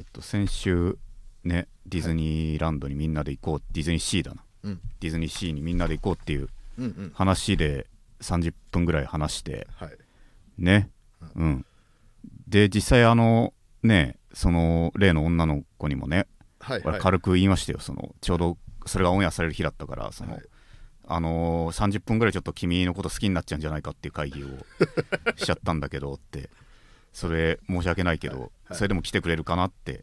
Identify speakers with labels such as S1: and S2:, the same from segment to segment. S1: っと、先週ねディズニーランドにみんなで行こう、ディズニーシーだな
S2: うん
S1: ディズニーシーにみんなで行こうっていう
S2: うんうん
S1: 話で30分ぐらい話して
S2: はい
S1: ねうんで実際あのねその例の女の子にもね
S2: はいは
S1: 俺
S2: い
S1: 軽く言いましたよそのちょうどそれがオンエアされる日だったからその、
S2: はい
S1: あのー30分ぐらいちょっと君のこと好きになっちゃうんじゃないかっていう会 議をしちゃったんだけどってそれ申し訳ないけど、
S2: はい
S1: それでも来てくれるかなって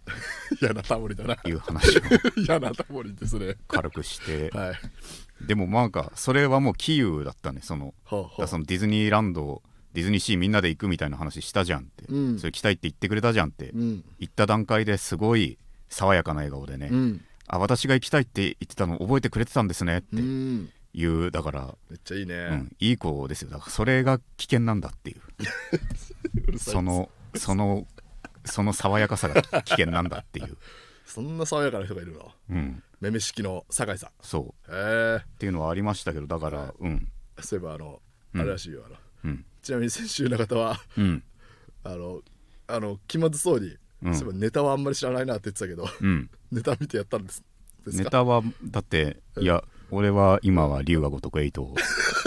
S2: 嫌なタモリ だな
S1: いう話を
S2: 嫌なタモリですね
S1: 軽く して
S2: はい
S1: でもなんかそれはもうキーウだったねその
S2: ほう
S1: だ
S2: ほ
S1: か
S2: う
S1: らそのディズニーランドをディズニーシーみんなで行くみたいな話したじゃんって、
S2: うん
S1: それ来たいって言ってくれたじゃんって、
S2: うん
S1: 行った段階ですごい爽やかな笑顔でね、
S2: うん
S1: あ私が行きたいって言ってたの覚えてくれてたんですねって
S2: うん
S1: いうだから、
S2: めっちゃいいね、
S1: うん、いい子ですよだからそれが危険なんだっていう
S2: うるさい
S1: そのそのその爽やかさが危険なんだっていう、
S2: そんな爽やかな人がいるの
S1: うん、
S2: めめ式の酒井さん
S1: そ
S2: へえ
S1: うっていうのはありましたけどだから、
S2: はい
S1: うん
S2: そういえばあの、
S1: うん
S2: あれらしいよあの
S1: うん
S2: ちなみに先週中田は
S1: うん
S2: あのあの気まずそうに、
S1: うん
S2: そういえばネタはあんまり知らないなって言ってたけど
S1: うん
S2: ネタ見てやったんですですか
S1: ネタはだっていや俺は今は龍が如く8を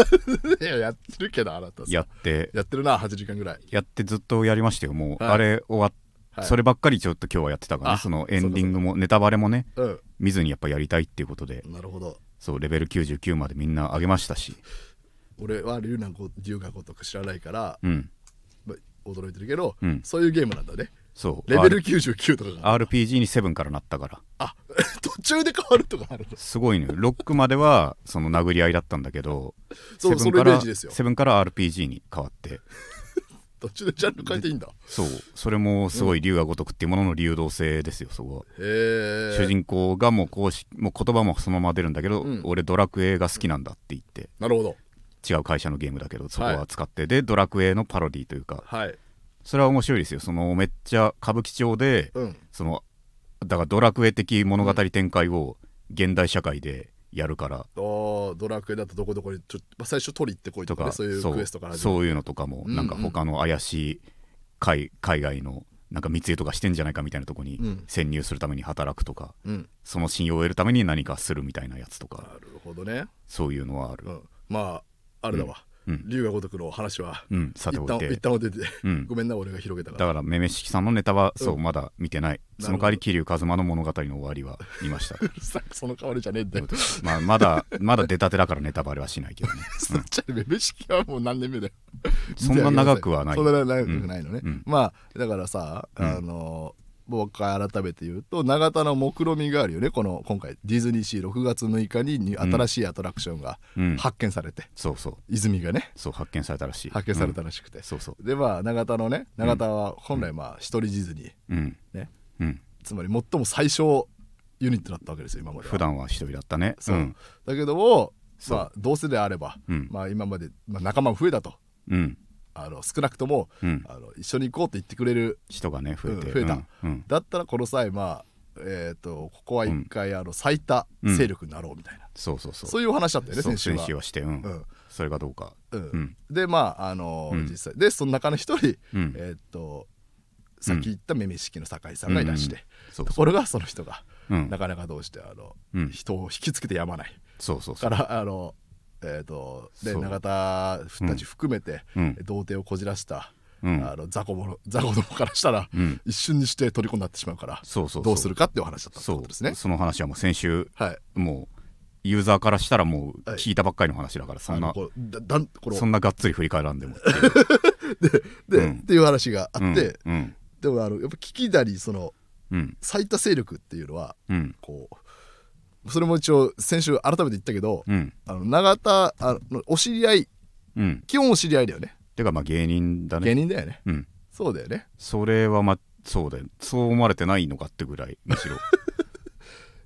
S2: いややってるけどあなたさ
S1: やって
S2: やってるな8時間ぐらい
S1: やってずっとやりましたよもう、
S2: はい
S1: あれ終わっ
S2: はい
S1: そればっかりちょっと今日はやってたから、ね、
S2: あ
S1: そのエンディングもネタバレもね
S2: うん
S1: 見ずにやっぱやりたいっていうことで
S2: なるほど
S1: そうレベル99までみんな上げましたし
S2: 俺は龍が龍が如く知らないから、
S1: うん
S2: まあ驚いてるけど、
S1: うん
S2: そういうゲームなんだね
S1: そう
S2: レベル99とかが
S1: R- RPG に7からなったから
S2: あ 途中で変わるとかあるの
S1: すごいね6まではその殴り合いだったんだけど
S2: そう
S1: 7か
S2: それイメー
S1: ら
S2: ジですよ
S1: 7から RPG に変わって
S2: 途中でジャンル変えていいんだ
S1: そうそれもすごい竜が如くっていうものの流動性ですよそこは
S2: へえ
S1: 主人公がもうこうしもう言葉もそのまま出るんだけど、
S2: うん
S1: 俺ドラクエが好きなんだって言って
S2: なるほど
S1: 違う会社のゲームだけどそこ
S2: は
S1: はい使って、でドラクエのパロディというか
S2: はい
S1: それは面白いですよそのめっちゃ歌舞伎町で、
S2: うん
S1: そのだからドラクエ的物語展開を現代社会でやるから、
S2: おードラクエだとどこどこにちょ、まあ、最初取り行ってこい
S1: と
S2: と
S1: か、
S2: か、ね、そういうクエストから始まる
S1: そういうのとかも、
S2: うんうん
S1: なんか他の怪しい海海外のなんか密輸とかしてんじゃないかみたいなとこに
S2: うん
S1: 潜入するために働くとか、
S2: うん
S1: その信用を得るために何かするみたいなやつとか
S2: なるほどね、
S1: そういうのはあ
S2: う
S1: る、
S2: ん、まああれだわ、
S1: うん
S2: 龍が如くの話は
S1: うんさて
S2: 一
S1: お
S2: 旦
S1: い
S2: 一
S1: て、
S2: 旦は出て、
S1: うん、
S2: ごめんな俺が広げたか
S1: だ
S2: ら
S1: からめめしきさんのネタはそう、
S2: う
S1: まだ見てない
S2: ど
S1: その代わり桐生一馬の物語の終わりは見ました
S2: さその代わりじゃねえんだよ、
S1: まあまだまだ出たてだからネタバレはしないけどね、
S2: そっちゃめめ式はもう何年目だよ
S1: そんな長くはない
S2: そんな長くないのね、
S1: うんうん
S2: まあだからさ、あのもう一回改めて言うと永田の目論見があるよねこの今回ディズニーシー6月6日にに新しいアトラクションが
S1: うん、
S2: 発見されて、
S1: そうそう
S2: 泉がね
S1: そう発見されたらしい
S2: 発見され
S1: うん
S2: たらしくて、
S1: そうそう
S2: でまあ永田のね永田は本来まあ一人ディズニー
S1: うん
S2: ね
S1: うん
S2: つまり最も最小ユニットだったわけですよ今までは
S1: 普段は一人だったね
S2: そう、
S1: ん
S2: だけども、
S1: そう
S2: まあ、どうせであれば、
S1: うん
S2: まあ、今まで、まあ、仲間も増えたと
S1: うん
S2: あの少なくとも、
S1: うん
S2: あの一緒に行こうって言ってくれる、
S1: 人がね増えて、
S2: うん増えた
S1: うんうん
S2: だったらこの際まあえー、とここは一回、あの最多勢力になろうみたいな、
S1: そうそうそう
S2: そうういう話だったよね
S1: そう
S2: 先
S1: 先
S2: 週は
S1: 週。はしてうん、
S2: うん
S1: それがどうか
S2: うん
S1: うん
S2: でまああのー
S1: うん
S2: 実際でその中の一人、
S1: うん
S2: えーっとさっき言っためめ式の酒井さんがいらして、
S1: そう
S2: と
S1: そう
S2: ころがその人が、
S1: うん
S2: なかなかどうしてあの、
S1: うん
S2: 人を引きつけてやまない
S1: そうそうそ
S2: か
S1: う
S2: らあのえー、とで
S1: そう
S2: 永田たち含めて、
S1: うん
S2: 童貞をこじらした、
S1: うん
S2: あの雑魚者雑魚どもからしたら、
S1: うん
S2: 一瞬にして虜になってしまうから
S1: そうそうそう
S2: どうするかっていうお話だったって
S1: そ
S2: ことですね
S1: う。その話はもう先週
S2: はい
S1: もうユーザーからしたらもう
S2: はい
S1: 聞いたばっかりの話だからそん
S2: あ
S1: な
S2: のこうだだんこの
S1: そんながっつり振り返らんでもって
S2: で、
S1: うん
S2: っていう話があって、
S1: うん
S2: でもあのやっぱ聞きなりその
S1: うん
S2: 最多勢力っていうのは
S1: うん
S2: こうそれも一応先週改めて言ったけど、
S1: うん
S2: あの永田あのお知り合い
S1: うん
S2: 基本お知り合いだよね
S1: てかまあ芸人だね
S2: 芸人だよね
S1: うん
S2: そうだよね
S1: それはまあそうだよそう思われてないのかってぐらいむしろ
S2: い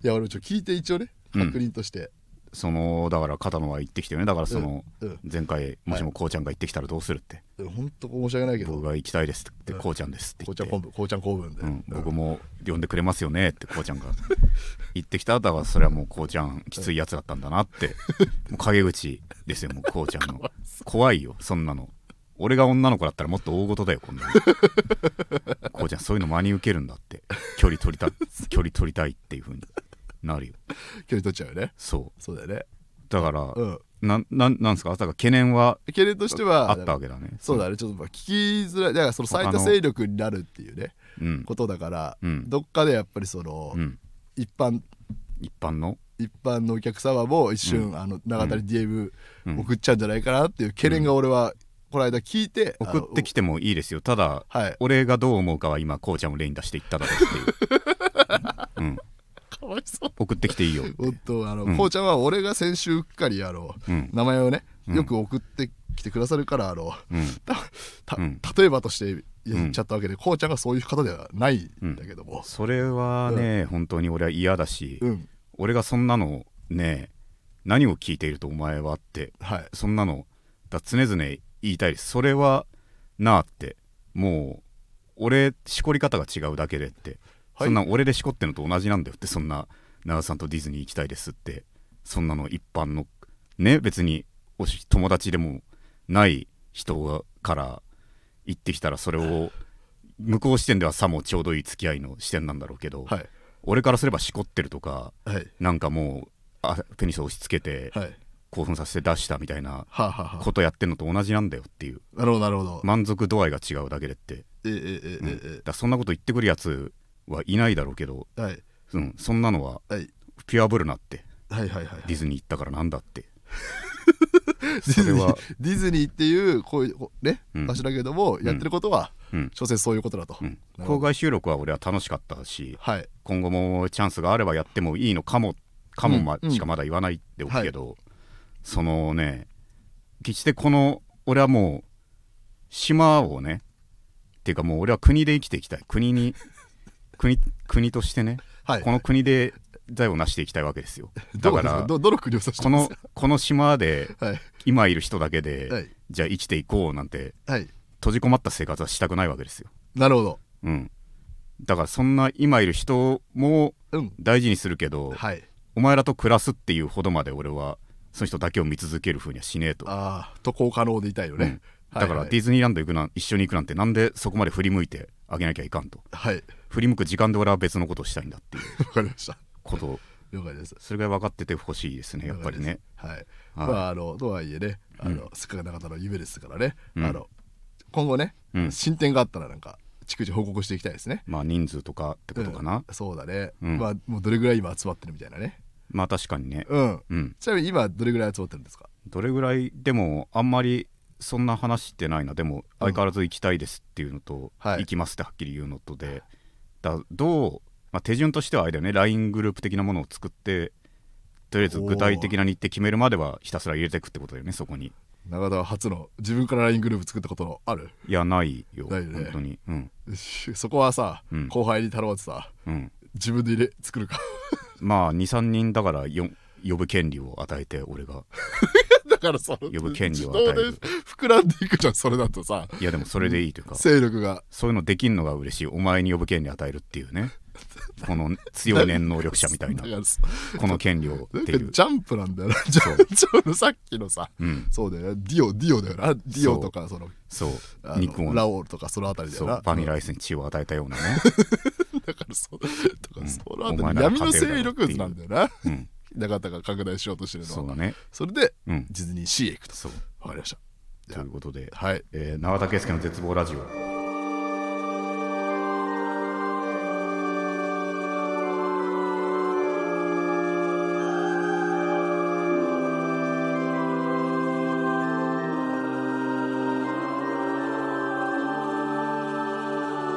S2: や俺もちょっと聞いて一応ね
S1: うん
S2: 確認として、
S1: そのだから片野は行ってきてよねだからその
S2: うん
S1: 前回もしもこうちゃんが行ってきたらどうするって
S2: うん、ほんと申し訳ないけど
S1: 僕
S2: こ
S1: が行きたいですってこうちゃんですって言っ
S2: うちゃん
S1: て
S2: 公文こうちゃん公文で、
S1: うん僕も呼んでくれますよねってこうちゃんが 言ってきただからそれはもうこうちゃんきついやつだったんだなってもう陰口ですよもうこうちゃんの怖いよそんなの俺が女の子だったらもっと大事だよこんなのこうちゃんそういうの真に受けるんだって距離 取りた距離取りたいっていう風になるよ
S2: 距離取っちゃうよね
S1: そ
S2: そうだよね
S1: うだから、
S2: うん
S1: なんなんなんですかあたか懸念は
S2: 懸念としては
S1: あったわけだね
S2: そうだねちょっとまあ聞きづらいだからその最多勢力になるっていうね
S1: うん
S2: ことだから、
S1: うん
S2: どっかでやっぱりその、
S1: うん
S2: 一般
S1: 一般の
S2: 一般のお客様も一瞬、あの長田に DM 送っちゃうんじゃないかなっていう懸念が俺はこの間聞いて、
S1: 送ってき
S2: て
S1: てもいいですよただ
S2: はい
S1: 俺がどう思うかは今こうちゃんを例に出していっただろうっていう、うん、
S2: かわいそう
S1: 送ってきていいよ
S2: おっとあの、
S1: うん
S2: こうちゃんは俺が先週うっかりあの、
S1: うん
S2: 名前をね
S1: うん
S2: よく送ってきてくださるからあの、
S1: うん
S2: たた
S1: うん
S2: 例えばとして言っちゃったわけで、こうちゃんがそういう方ではないんだけども、
S1: それはね、本当に俺は嫌だし、
S2: うん
S1: 俺がそんなのね何を聞いているとお前はって
S2: はい
S1: そんなのだ常々言いたいですそれはなあってもう俺しこり方が違うだけでって、
S2: はい
S1: そんな俺でしこってのと同じなんだよってそんな長さんとディズニー行きたいですってそんなの一般のね別におし友達でもない人がから行ってきたらそれを向こう視点ではさもちょうどいい付き合いの視点なんだろうけど、
S2: はい
S1: 俺からすればしこってるとか
S2: はい
S1: なんかもうあペニス押し付けて
S2: はい
S1: 興奮させて出したみたいな
S2: はあ、はあはあ
S1: ことやってんのと同じなんだよっていう
S2: なるほどなるほど、
S1: 満足度合いが違うだけでって、
S2: ええええ
S1: うん
S2: え
S1: だ
S2: ええ
S1: からそんなこと言ってくるやつはいないだろうけど、
S2: えはい
S1: うん、そんなのは
S2: はい
S1: ピュアブルなって
S2: はいはいはい
S1: ディズニー行ったからなんだってそれ
S2: ディズニー
S1: は
S2: ディズニーっていうこういうこうね
S1: うん
S2: 場所だけども、やってることは、
S1: うん
S2: 所詮そういうことだと、
S1: うん
S2: なる
S1: 公
S2: ほど
S1: 開収録は俺は楽しかったし
S2: はい
S1: 今後もチャンスがあればやってもいいのかもかもま
S2: うん
S1: しかまだ言わないでおくけど、そのね決してこの俺はもう島をねっていうかもう俺は国で生きていきたい国に 国国としてね
S2: はい
S1: この国で財を成していきたいわけ ですよだ
S2: どこ
S1: か
S2: ですからどどの国を指して
S1: こ
S2: ます
S1: のこの島で
S2: はい
S1: 今いる人だけで、
S2: はい
S1: じゃあ生きていこうなんて
S2: はい
S1: 閉じこまった生活はしたくないわけですよ、
S2: なるほど
S1: うん、だからそんな今いる人も
S2: うん
S1: 大事にするけど、
S2: はい
S1: お前らと暮らすっていうほどまで俺はその人だけを見続けるふうにはしねえと、
S2: ああ渡航可能でいたいよ
S1: う
S2: ね
S1: ん、だからディズニーランド行くな一緒に行くなんてなんでそこまで振り向いてあげなきゃいかんと
S2: はいはい
S1: 振り向く時間で俺は別のことをしたいんだっていう
S2: わかりました
S1: ことを
S2: 了解です
S1: それぐらい分かっててほしいですねやっぱりね
S2: はい、まああのとはいえねあの、すっかり長田の夢ですからね、
S1: うん
S2: あの今後ね、
S1: うん
S2: 進展があったらなんか逐次報告していきたいですね
S1: まあ人数とかってことかな、
S2: うんそうだね、
S1: うん
S2: まあもうどれぐらい今集まってるみたいなね
S1: まあ確かにね
S2: うん
S1: うん
S2: ちなみに今どれぐらい集まってるんですか
S1: どれぐらいでもあんまりそんな話してないなでも相変わらず行きたいですっていうのと、
S2: はい
S1: 行きますってはっきり言うのとでだどう、まあ、手順としてはあれだよね LINE グループ的なものを作ってとりあえず具体的な日程決めるまではひたすら入れていくってことだよねそこに
S2: 長田は初の自分から LINE グループ作ったことのある
S1: いやないよ
S2: ないよね
S1: 本当にうん
S2: そこはさ、
S1: うん
S2: 後輩に頼まれてさ
S1: うん
S2: 自分で入れ作るか
S1: まあ23人だからよ呼ぶ権利を与えて俺が
S2: だからその
S1: 呼ぶ権利を与える
S2: 自動で膨らんでいくじゃんそれだとさ
S1: いやでもそれでいいという か
S2: 勢力が
S1: そういうのできんのが嬉しいお前に呼ぶ権利与えるっていうねこの強い念能力者み たいな
S2: だからそ
S1: この権利 を
S2: なん
S1: って
S2: か
S1: いう
S2: ジャンプなんだよなジャンプジャンプのさっきのさ、
S1: うん
S2: そうだよなディオディオだよなディオとかその
S1: そう
S2: あの
S1: 肉を
S2: ラオウとかそのあたりだ
S1: そ
S2: よ
S1: う
S2: な
S1: バニ
S2: ラ
S1: ラアイスに血を与えたようなね、
S2: だからそうとかそのあ
S1: お
S2: た
S1: 前
S2: り
S1: なら
S2: 闇の
S1: 勝てるだろ
S2: 勢力図なんだよな
S1: うん、
S2: 中田が拡大しようとしてるのは
S1: そうだね
S2: それで、
S1: うん
S2: ディズニーシーへ行くと
S1: そう
S2: わかりました
S1: ということで、
S2: はい
S1: えー永田圭介の絶望ラジオこ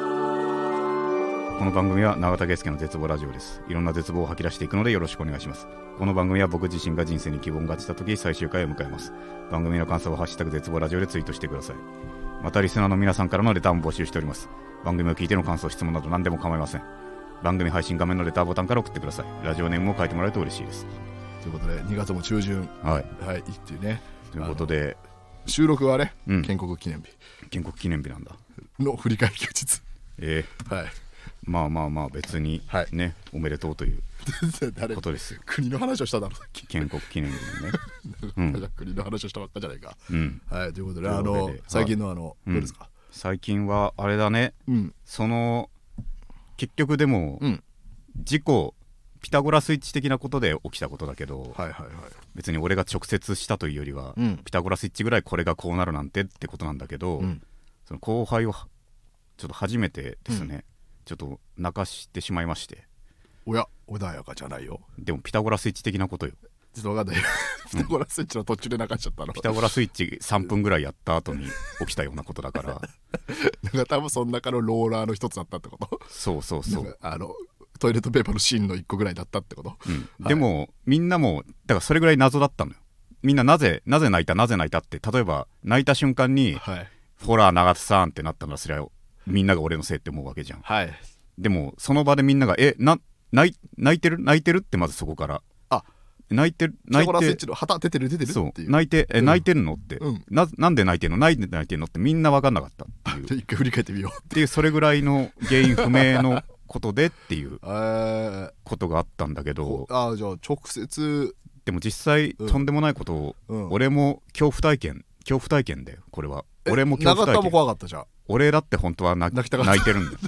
S1: の番組は永田圭介の絶望ラジオです。いろんな絶望を吐き出していくのでよろしくお願いします。この番組は僕自身が人生に希望がちた時最終回を迎えます。番組の感想はハッシュタグ絶望ラジオでツイートしてください。またリスナーの皆さんからのレターも募集しております。番組を聞いての感想、質問など何でも構いません。番組配信画面のレターボタンから送ってください。ラジオネームを書いてもらえると嬉しいです。
S2: ということで2月も中旬
S1: はい。
S2: はいいいっていうね
S1: ということで、
S2: 収録はね、
S1: うん
S2: 建国記念日
S1: 建国記念日なんだ。
S2: の振り返り休日
S1: え
S2: はい
S1: まあまあまあ別に
S2: はい
S1: ね、おめでとうという
S2: 誰
S1: ことですよ
S2: 国の話をしただろさっき、
S1: 建国記念日のね
S2: なんか国の話をしたばっかじゃないか、
S1: うん
S2: はいということで
S1: という
S2: あ
S1: わけで
S2: の
S1: はい
S2: 最近のあの、
S1: うん
S2: どうですか
S1: 最近はあれだね
S2: うん
S1: その結局でも、
S2: うん
S1: 事故ピタゴラスイッチ的なことで起きたことだけど、
S2: はいはいはい
S1: 別に俺が直接したというよりは、
S2: うん
S1: ピタゴラスイッチぐらいこれがこうなるなんてってことなんだけど、
S2: うん
S1: その後輩をはちょっと初めてですね、ちょっと泣かしてしまいまして
S2: おや穏やかじゃないよ
S1: でもピタゴラスイッチ的なことよ
S2: ちょっとわかんないピタゴラ スイッチの途中で流しちゃったの
S1: ピタゴラスイッチ3分ぐらいやった後に起きたようなことだから
S2: なんか多分その中のローラーの一つだったってこと
S1: そうそうそ
S2: なん
S1: う、
S2: か あのトイレットペーパーの芯の一個ぐらいだったってこと
S1: うんでもみんなもだからそれぐらい謎だったのよみんななぜなぜ泣いたなぜ泣いたって例えば泣いた瞬間に
S2: はい
S1: 「ほら永田さん」ってなったらそれはみんなが俺のせいって思うわけじゃん
S2: はい
S1: でもその場でみんなが「えな泣い泣いてる泣いてる?」ってまずそこから
S2: あ
S1: 泣いてる
S2: ピタ
S1: 泣
S2: ゴラスイッ
S1: いて
S2: チの旗出てる出てる
S1: そ
S2: っていうう
S1: 泣いてえ
S2: うん
S1: 泣いてるのって、
S2: うん
S1: ななんで泣いてんの泣いて泣いてんのってみんな分かんなかったって いう
S2: じゃあ一回振り返ってみよう
S1: っていうそれぐらいの原因不明のことでっていう
S2: えー、
S1: ことがあったんだけ
S2: こ
S1: ど
S2: うあーじゃあ直接
S1: でも実際
S2: うん
S1: とんでもないことを、
S2: うん
S1: 俺も恐怖体験恐怖体験だよこれは
S2: え
S1: 俺も恐怖
S2: 長田
S1: 体
S2: も
S1: 験
S2: 怖かったじゃん
S1: 俺だって本当は泣
S2: 泣きたかった
S1: 泣いてるんだよ、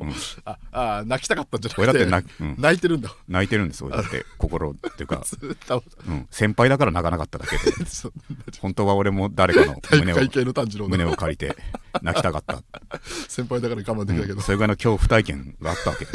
S1: うん、
S2: ああー泣きたかったんじゃなくて
S1: 俺だって泣,、うん、
S2: 泣いてるんだ
S1: 泣いてる んです俺だって心っていうか
S2: ずーっと
S1: うん、先輩だから泣かなかっただけで
S2: そんな
S1: 本当は俺も誰かの
S2: 体
S1: 胸
S2: 育
S1: を
S2: 会系の炭治郎
S1: 胸
S2: の
S1: を借りて泣きたか った、
S2: 先輩だから我慢できたけ
S1: う
S2: ど
S1: ん、それぐらいの恐怖体験があったわけで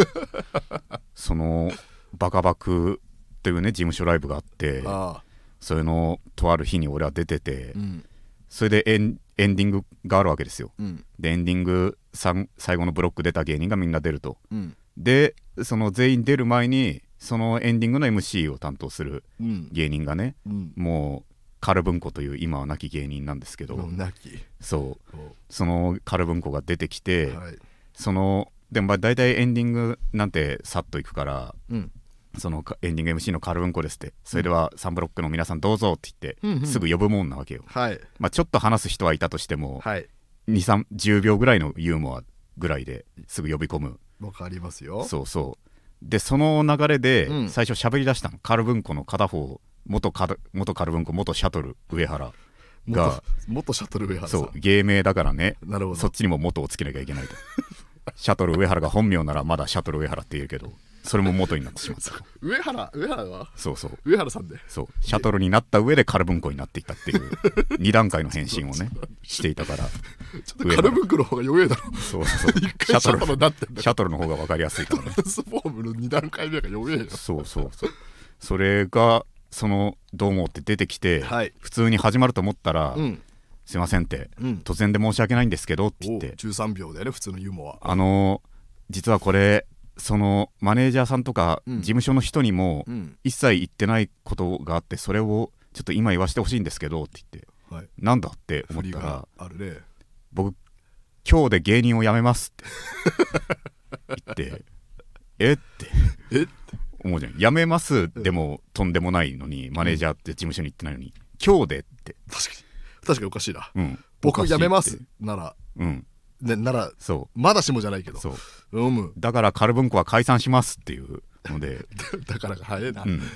S1: そのバカバクというね事務所ライブがあって
S2: ああ
S1: それのとある日に俺は出てて
S2: うん
S1: それでエンエンディングがあるわけですよ
S2: うん
S1: でエンディングさん最後のブロック出た芸人がみんな出ると
S2: うん
S1: でその全員出る前にそのエンディングの MC を担当する
S2: うん
S1: 芸人がね
S2: うん
S1: もうカルブンコという今は亡き芸人なんですけど、
S2: 泣き
S1: そう
S2: は
S1: そのカルブンコが出てきて、
S2: い
S1: そのでもまあ大体エンディングなんてさっといくから
S2: うん
S1: そのかエンディング MC のカルブンコですってそれでは3ブロックの皆さんどうぞって言って、
S2: うんうん
S1: すぐ呼ぶもんなわけよ、
S2: はい
S1: まあ、ちょっと話す人はいたとしても、
S2: はい
S1: 2310秒ぐらいのユーモアぐらいですぐ呼び込む
S2: わかりますよ
S1: そうそうでその流れで
S2: うん
S1: 最初喋り出したの、カルブンコの片方元カル元カルブンコ元シャトル上原
S2: 元
S1: が
S2: 元シャトルウェアさ
S1: そ
S2: ん
S1: う芸名だからね
S2: なるほ
S1: そっ
S2: ど
S1: ちにも元をつけなきゃいけないと シャトル上原が本名ならまだシャトル上原って言うけどそれも元になってしまった
S2: 上原上原は
S1: そうそう
S2: 上原さんで
S1: そうシャトルになった上でカルブンコになっていったっていう2段階の変身を ねしていたから
S2: ちょっとカルブンクの方が弱えだろ
S1: そうそうそう
S2: 一 回シャトルになってんだ
S1: シャトルの方が分かりやすいからね
S2: トランスフォームの2段階目が弱えよ
S1: そうそうそうそれがその「どうも」って出てきて、
S2: はい
S1: 普通に始まると思ったら「
S2: うん
S1: すいません」って、
S2: うん
S1: 突然で申し訳ないんですけど」って言
S2: お
S1: って
S2: 13秒だよね普通のユーモア
S1: あの実はこれそのマネージャーさんとか
S2: うん
S1: 事務所の人にも
S2: うん
S1: 一切言ってないことがあってそれをちょっと今言わせてほしいんですけどって言って
S2: はい
S1: なんだって思
S2: 振
S1: っ
S2: り
S1: たら
S2: があるね
S1: 僕今日で芸人を辞めます って言ってえって
S2: え
S1: 思うじゃん辞めますでもとんでもないのにマネージャーって事務所に行ってないのに今日でって、
S2: 確かに確かにおかしいな
S1: うん、お
S2: 僕
S1: かしいっ
S2: 辞
S1: て
S2: めますなら
S1: うん
S2: ねなら
S1: そ
S2: まだしもじゃないけ
S1: う
S2: ど
S1: そう
S2: うむ
S1: だからカルブンコは解散しますっていうので
S2: だからが早いな
S1: うん、だか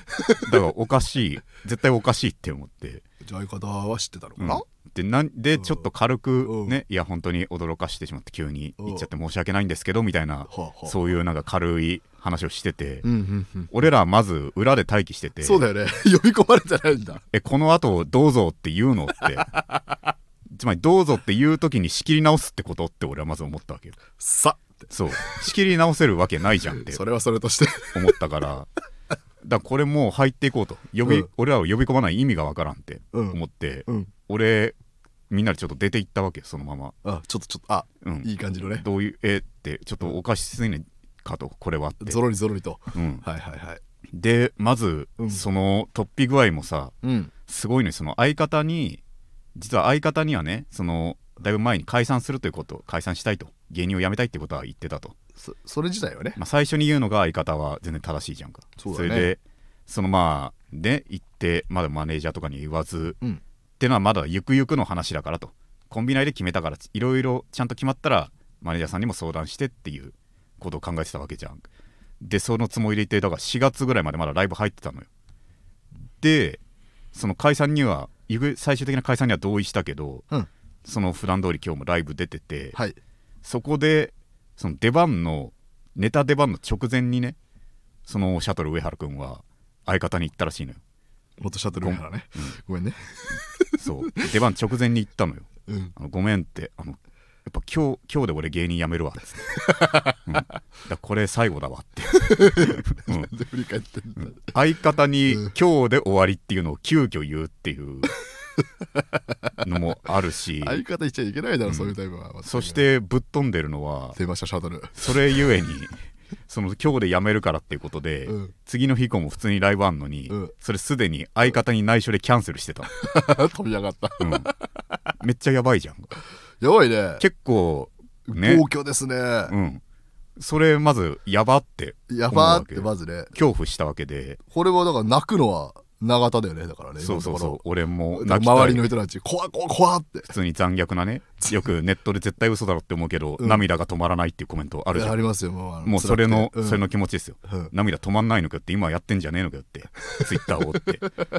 S1: らおかしい絶対おかしいって思って、
S2: じゃあ相方は知ってたの
S1: う
S2: か
S1: ん
S2: な
S1: でなんでちょっと軽く
S2: うん
S1: ねいや本当に驚かしてしまって急に言っちゃって申し訳ないんですけどみたいな
S2: ほうほう
S1: そういうなんか軽い話をしてて、
S2: うんうんうん
S1: 俺らはまず裏で待機してて
S2: そうだよね 呼び込まれてないんだ
S1: えこのあとどうぞって言うのって つまりどうぞって言う時に仕切り直すってことって俺はまず思ったわけよ
S2: さって
S1: そう仕切り直せるわけないじゃんって
S2: それはそれとして
S1: 思ったからだからこれもう入っていこうと呼び、
S2: うん
S1: 俺らを呼び込まない意味がわからんって
S2: うん
S1: 思って、
S2: うん
S1: 俺みんなでちょっと出て行ったわけよそのまま、
S2: あちょっとちょっとあ
S1: うん、
S2: いい感じのね
S1: どういうえってちょっとおかしすぎないかとこれはって
S2: ゾ、ロリゾロリと
S1: うん、
S2: はいはいはい
S1: でまず、
S2: うん
S1: その突飛具合もさ
S2: うん
S1: すごいのよその相方に実は相方にはねそのだいぶ前に解散するということ解散したいと芸人を辞めたいってことは言ってたと、
S2: そそれ自体はね
S1: まあ、最初に言うのが相方は全然正しいじゃんか
S2: そうだね
S1: れでそのまあね行ってまだマネージャーとかに言わずっ
S2: うん
S1: てのはまだゆくゆくの話だからとコンビ内で決めたからいろいろちゃんと決まったらマネージャーさんにも相談してっていうことを考えてたわけじゃんでそのつもりでいてだから4月ぐらいまでまだライブ入ってたのよでその解散にはゆぐ最終的な解散には同意したけど、
S2: うん
S1: その普段通り今日もライブ出てて、
S2: はい
S1: そこでその出番のネタ出番の直前にねそのシャトル上原君は相方に行ったらしいのよ
S2: 元シャトルからねごめんね
S1: そう出番直前に行ったのよ
S2: うん
S1: あのごめんってあのやっぱ今日今日で俺芸人辞めるわっつって、うんだからこれ最後だわって、うん
S2: で振り返ってんだ
S1: 相方に今日で終わりっていうのを急遽言うっていうのもあるし
S2: 相方言っちゃいけないだろそういうタイプは
S1: そしてぶっ飛んでるのは
S2: 出ましたシャトル
S1: それゆえにその今日で辞めるからっていうことで、
S2: うん
S1: 次の日以降も普通にライブあんのに、
S2: うん
S1: それすでに相方に内緒でキャンセルしてた、
S2: 飛び上 がった
S1: うん、めっちゃやばいじゃん
S2: やばいね
S1: 結構ね
S2: 暴挙ですね
S1: うん、それまずやばって
S2: やばーって
S1: 思う
S2: ま
S1: わけ
S2: ずね
S1: 恐怖したわけで
S2: これはだから泣くのは永田だよねだからね
S1: そうそうそう
S2: う
S1: 俺も泣きたい
S2: 周りの人たち怖っ怖っ怖っって
S1: 普通に残虐な ねよくネットで絶対嘘だろって思うけど、
S2: うん
S1: 涙が止まらないっていうコメントあるじゃ
S2: あ
S1: ん
S2: りますよもうあ
S1: もうそれの、
S2: 辛くて
S1: それの気持ちですよ、
S2: うん
S1: 涙止まんないのかよって今やってんじゃねえのかよってツイッターをっ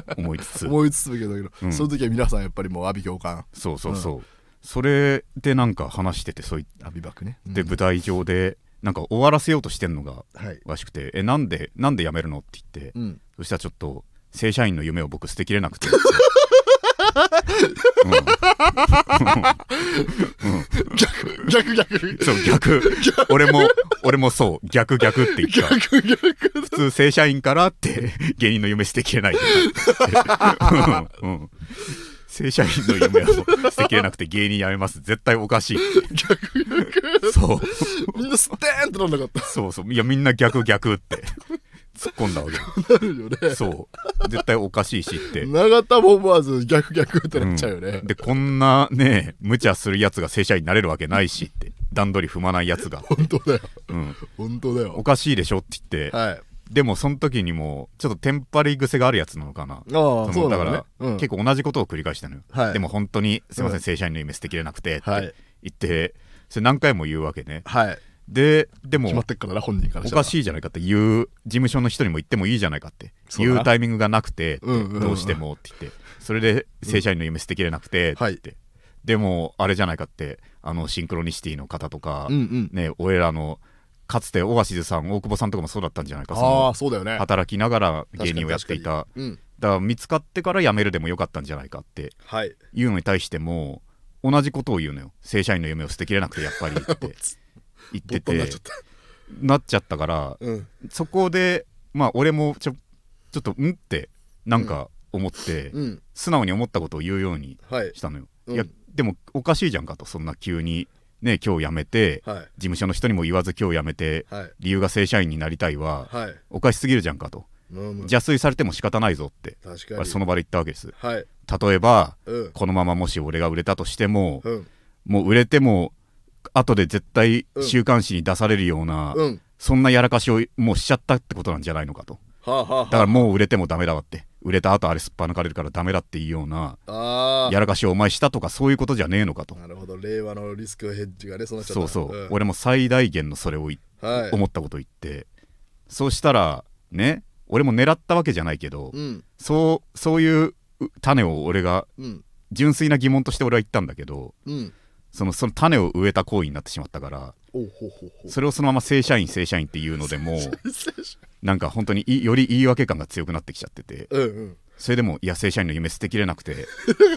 S1: て思いつ つ
S2: 思いつつだけど、
S1: うん
S2: その時は皆さんやっぱりもう阿ビ共感
S1: そうそうそう、それでなんか話しててそうい
S2: 阿ビバクね、うん
S1: で舞台上でなんか終わらせようとしてんのが
S2: はい、
S1: らしくて「えなんでなんで辞めるの?」って言って、
S2: うん、
S1: そしたらちょっと正社員の夢を僕捨てきれなくて。 うんうん
S2: 逆逆逆
S1: そう逆俺も俺もそう逆逆って言った
S2: 逆逆
S1: 普通正社員からって芸人の夢捨てきれない ってうんうん正社員の夢を捨てきれなくて芸人辞めます絶対おかしいそう
S2: みんなステーンってなんなかった
S1: そうそういやみんな逆逆って突っ込んだわ
S2: なるよね
S1: けそう絶対おかしいしって
S2: 永田も思わず逆逆ってなっちゃうよね、
S1: でこんなね無茶するやつが正社員になれるわけないしって段取り踏まないやつ が、
S2: 本当だよ
S1: うん、
S2: 本当だ
S1: お
S2: よ
S1: かしいでしょって言って、
S2: はい
S1: でもその時にもちょっとテンパり癖があるやつなのかな
S2: ああ
S1: そ
S2: そ
S1: の
S2: うな
S1: だ
S2: ん
S1: か
S2: だね
S1: ら、、
S2: うん、
S1: 結構同じことを繰り返したのよ、
S2: はい
S1: でも本当にすいません、
S2: うん
S1: 正社員の夢捨てきれなくてって
S2: はい
S1: 言ってそれ何回も言うわけね
S2: はい
S1: でで
S2: 決ま
S1: も
S2: ってっからな本人から
S1: お
S2: したら
S1: かしいじゃないかって言う事務所の人にも言ってもいいじゃないかって
S2: そうだ
S1: 言
S2: な
S1: うタイミングがなくて、
S2: うんうんうん
S1: どうしてもって言ってそれで正社員の夢捨てきれなくてって言って、でもあれじゃないかってあのシンクロニシティの方とか、
S2: うんうん
S1: ね俺らのかつてオアシズさん大久保さんとかもそうだったんじゃないかそ
S2: あ
S1: の
S2: あそうだよね
S1: 働きながら芸人をやっていた
S2: 確かに確かにうん
S1: だから見つかってから辞めるでもよかったんじゃないかって
S2: はい
S1: いうのに対しても同じことを言うのよ正社員の夢を捨てきれなくてやっぱりって言っ
S2: ボ
S1: て
S2: ットになってちゃった
S1: なっちゃったから
S2: うん
S1: そこでまあ俺もちょちょっとうんってなんか思って
S2: うん
S1: 素直に思ったことを言うように
S2: はい
S1: したのよ、
S2: うん
S1: いやでもおかしいじゃんかとそんな急にね今日辞めて
S2: はい
S1: 事務所の人にも言わず今日辞めて
S2: はい
S1: 理由が正社員になりたいは
S2: はい
S1: おかしすぎるじゃんかと
S2: うん
S1: 邪推されても仕方ないぞって
S2: 確かに
S1: その場で言ったわけです
S2: はい
S1: 例えば
S2: うん
S1: このままもし俺が売れたとしても、
S2: うん
S1: もう売れても後で絶対
S2: うん
S1: 週刊誌に出されるような、
S2: うん
S1: そんなやらかしをもうしちゃったってことなんじゃないのかと
S2: はあはあは
S1: だからもう売れてもダメだわって売れた後あれすっぱ抜かれるからダメだっていうような
S2: ああ
S1: やらかしをお前したとかそういうことじゃねえのかと
S2: なるほど令和のリスクヘッジがねそうなっちゃった
S1: そうそう、
S2: ん
S1: 俺も最大限のそれを言っ
S2: はい
S1: 思ったこと言ってそうしたらね俺も狙ったわけじゃないけど、
S2: うん
S1: そうそういうう種を俺が
S2: うん
S1: 純粋な疑問として俺は言ったんだけど
S2: うん
S1: そのその種を植えた行為になってしまったから
S2: おうほうほうほう
S1: それをそのまま正社員正社員っていうので もなんか本当にいより言い訳感が強くなってきちゃってて
S2: うんうん
S1: それでもいや正社員の夢捨てきれなくてっ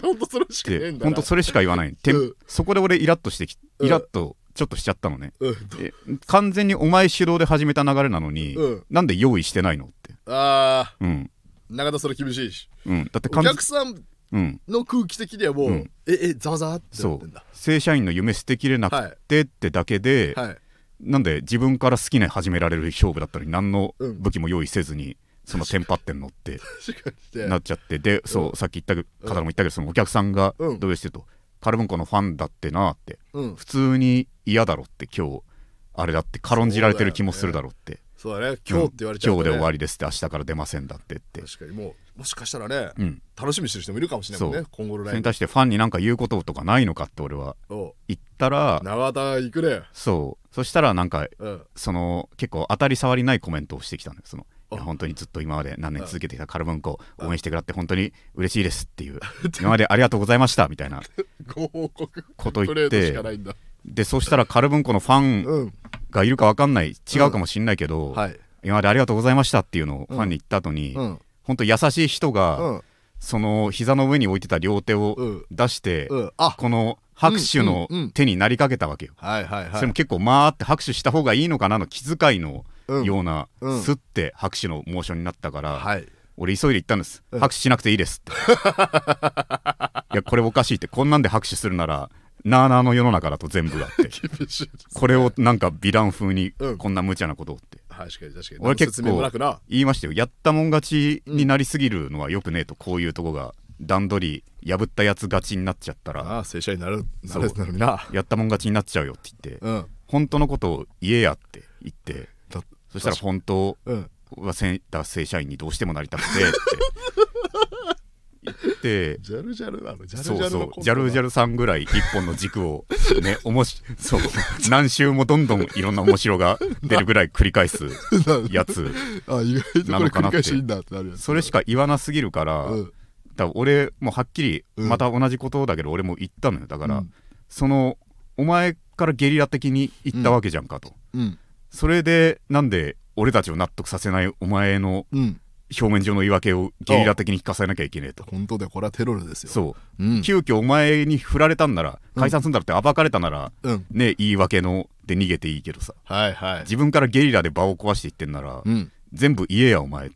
S2: 本当それしかねえ
S1: て
S2: んだ
S1: 本
S2: な
S1: 当それしか言わないて
S2: うん
S1: そこで俺イラッとしてき
S2: うん
S1: イラッとちょっとしちゃったのね
S2: うん
S1: え完全にお前主導で始めた流れなのに
S2: うん
S1: なんで用意してないのって
S2: ああ
S1: うん
S2: なかなかそれ厳しいし
S1: うんだって
S2: お
S1: 完全
S2: 客さん
S1: うん
S2: の空気的にはもう、
S1: うん
S2: ええざわざわってな
S1: そ
S2: ってん
S1: う
S2: だ
S1: 正社員の夢捨てきれなくてってだけで
S2: はい
S1: なんで自分から好きな始められる勝負だったのに何の
S2: うん
S1: 武器も用意せずにそのテンパってんのって
S2: 確かに
S1: なっちゃってでそう、さっき言ったけ方も言ったけどそのお客さんが
S2: うん
S1: 動揺してると、カルブンコのファンだってなって
S2: うん
S1: 普通に嫌だろって今日あれだって軽んじられてる気もするだろって
S2: そうだね今日って言われちゃう
S1: 今
S2: と
S1: 日
S2: ね
S1: で終わりですって明日から出ませんだってって
S2: 確かにもうもしかしたらね、
S1: うん
S2: 楽しみにしてる人もいるかもしれないもんね
S1: そう
S2: 今後の
S1: そ
S2: ラ
S1: れ
S2: イ
S1: に
S2: ブ
S1: 対してファンになんか言うこととかないのかって俺は
S2: お
S1: 言ったら
S2: 長田行くね
S1: そうそしたらなんか
S2: うん
S1: その結構当たり障りないコメントをしてきたのよそのいや
S2: あ
S1: 本当にずっと今まで何年続けてきたカルバンコ
S2: あ
S1: 応援してくれて本当に嬉しいですって いう今までありがとうございましたみたいな
S2: ご報告
S1: こと
S2: プ
S1: 言
S2: レ
S1: っ
S2: ートしか
S1: て
S2: ないんだ
S1: でそしたらカルブンコのファン
S2: うん
S1: がいるか分かんない違うかもしんないけど、
S2: はい
S1: 今までありがとうございましたっていうのをファンに言った後に、
S2: うん
S1: 本当優しい人が、
S2: うん
S1: その膝の上に置いてた両手
S2: う
S1: を
S2: ん
S1: 出して、
S2: うんあ
S1: この拍手の
S2: うんうんうん
S1: 手になりかけたわけよ、
S2: はいはいは
S1: それも
S2: い
S1: 結構まあって拍手した方がいいのかなの気遣いの
S2: うん
S1: ような、
S2: うん
S1: すって拍手のモーションになったから、
S2: はい
S1: 俺急いで行ったんです、
S2: うん
S1: 拍手しなくていいですっていやこれおかしいってこんなんで拍手するならなあなあの世の中だと全部だ って
S2: 厳しいです
S1: これをなんかヴィラン風に
S2: うん
S1: こんな無茶なことをって
S2: はい確かに確かに
S1: 俺結
S2: 何の説明も
S1: 構
S2: なくな
S1: 言いましたよやったもん勝ちになりすぎるのはよくねえとこういうとこが段取り破ったやつ勝ちになっちゃったら
S2: ああ正社員になるな
S1: そう
S2: るなのにな
S1: やったもん勝ちになっちゃうよって言って
S2: うん
S1: 本当のことを言えやって言って
S2: だ
S1: そしたら本当
S2: うん
S1: はせんだ正社員にどうしてもなりたく てって言って
S2: ジャルジャルなのジャルジ
S1: そう
S2: ャルの
S1: そう
S2: コントだ
S1: ジャルジャルさんぐらい一本の軸をね おもしそう何周もどんどんいろんな面白が出るぐらい繰り返 すやつ
S2: あ意外と
S1: な
S2: こ
S1: の
S2: れ
S1: か
S2: 繰
S1: なっ
S2: り
S1: て
S2: 返しいいんだってなるやつ
S1: それしか言わなすぎるから、
S2: うん
S1: 多分俺もうはっきり
S2: うん
S1: また同じことだけど俺も言ったのよだから、
S2: うん
S1: そのお前からゲリラ的に言ったわけじゃんかと、
S2: うん
S1: それでなんで俺たちを納得させないお前の
S2: うん
S1: 表面上の言い訳をゲリラ的に聞かされなきゃいけねえと
S2: 本当でこれはテロルですよ
S1: そうう、
S2: ん
S1: 急遽お前に振られたんなら解散するんだろって暴かれたなら、
S2: うん
S1: ね言い訳ので逃げていいけどさ
S2: はいはい
S1: 自分からゲリラで場を壊していってんなら、
S2: うん
S1: 全部言えやお前って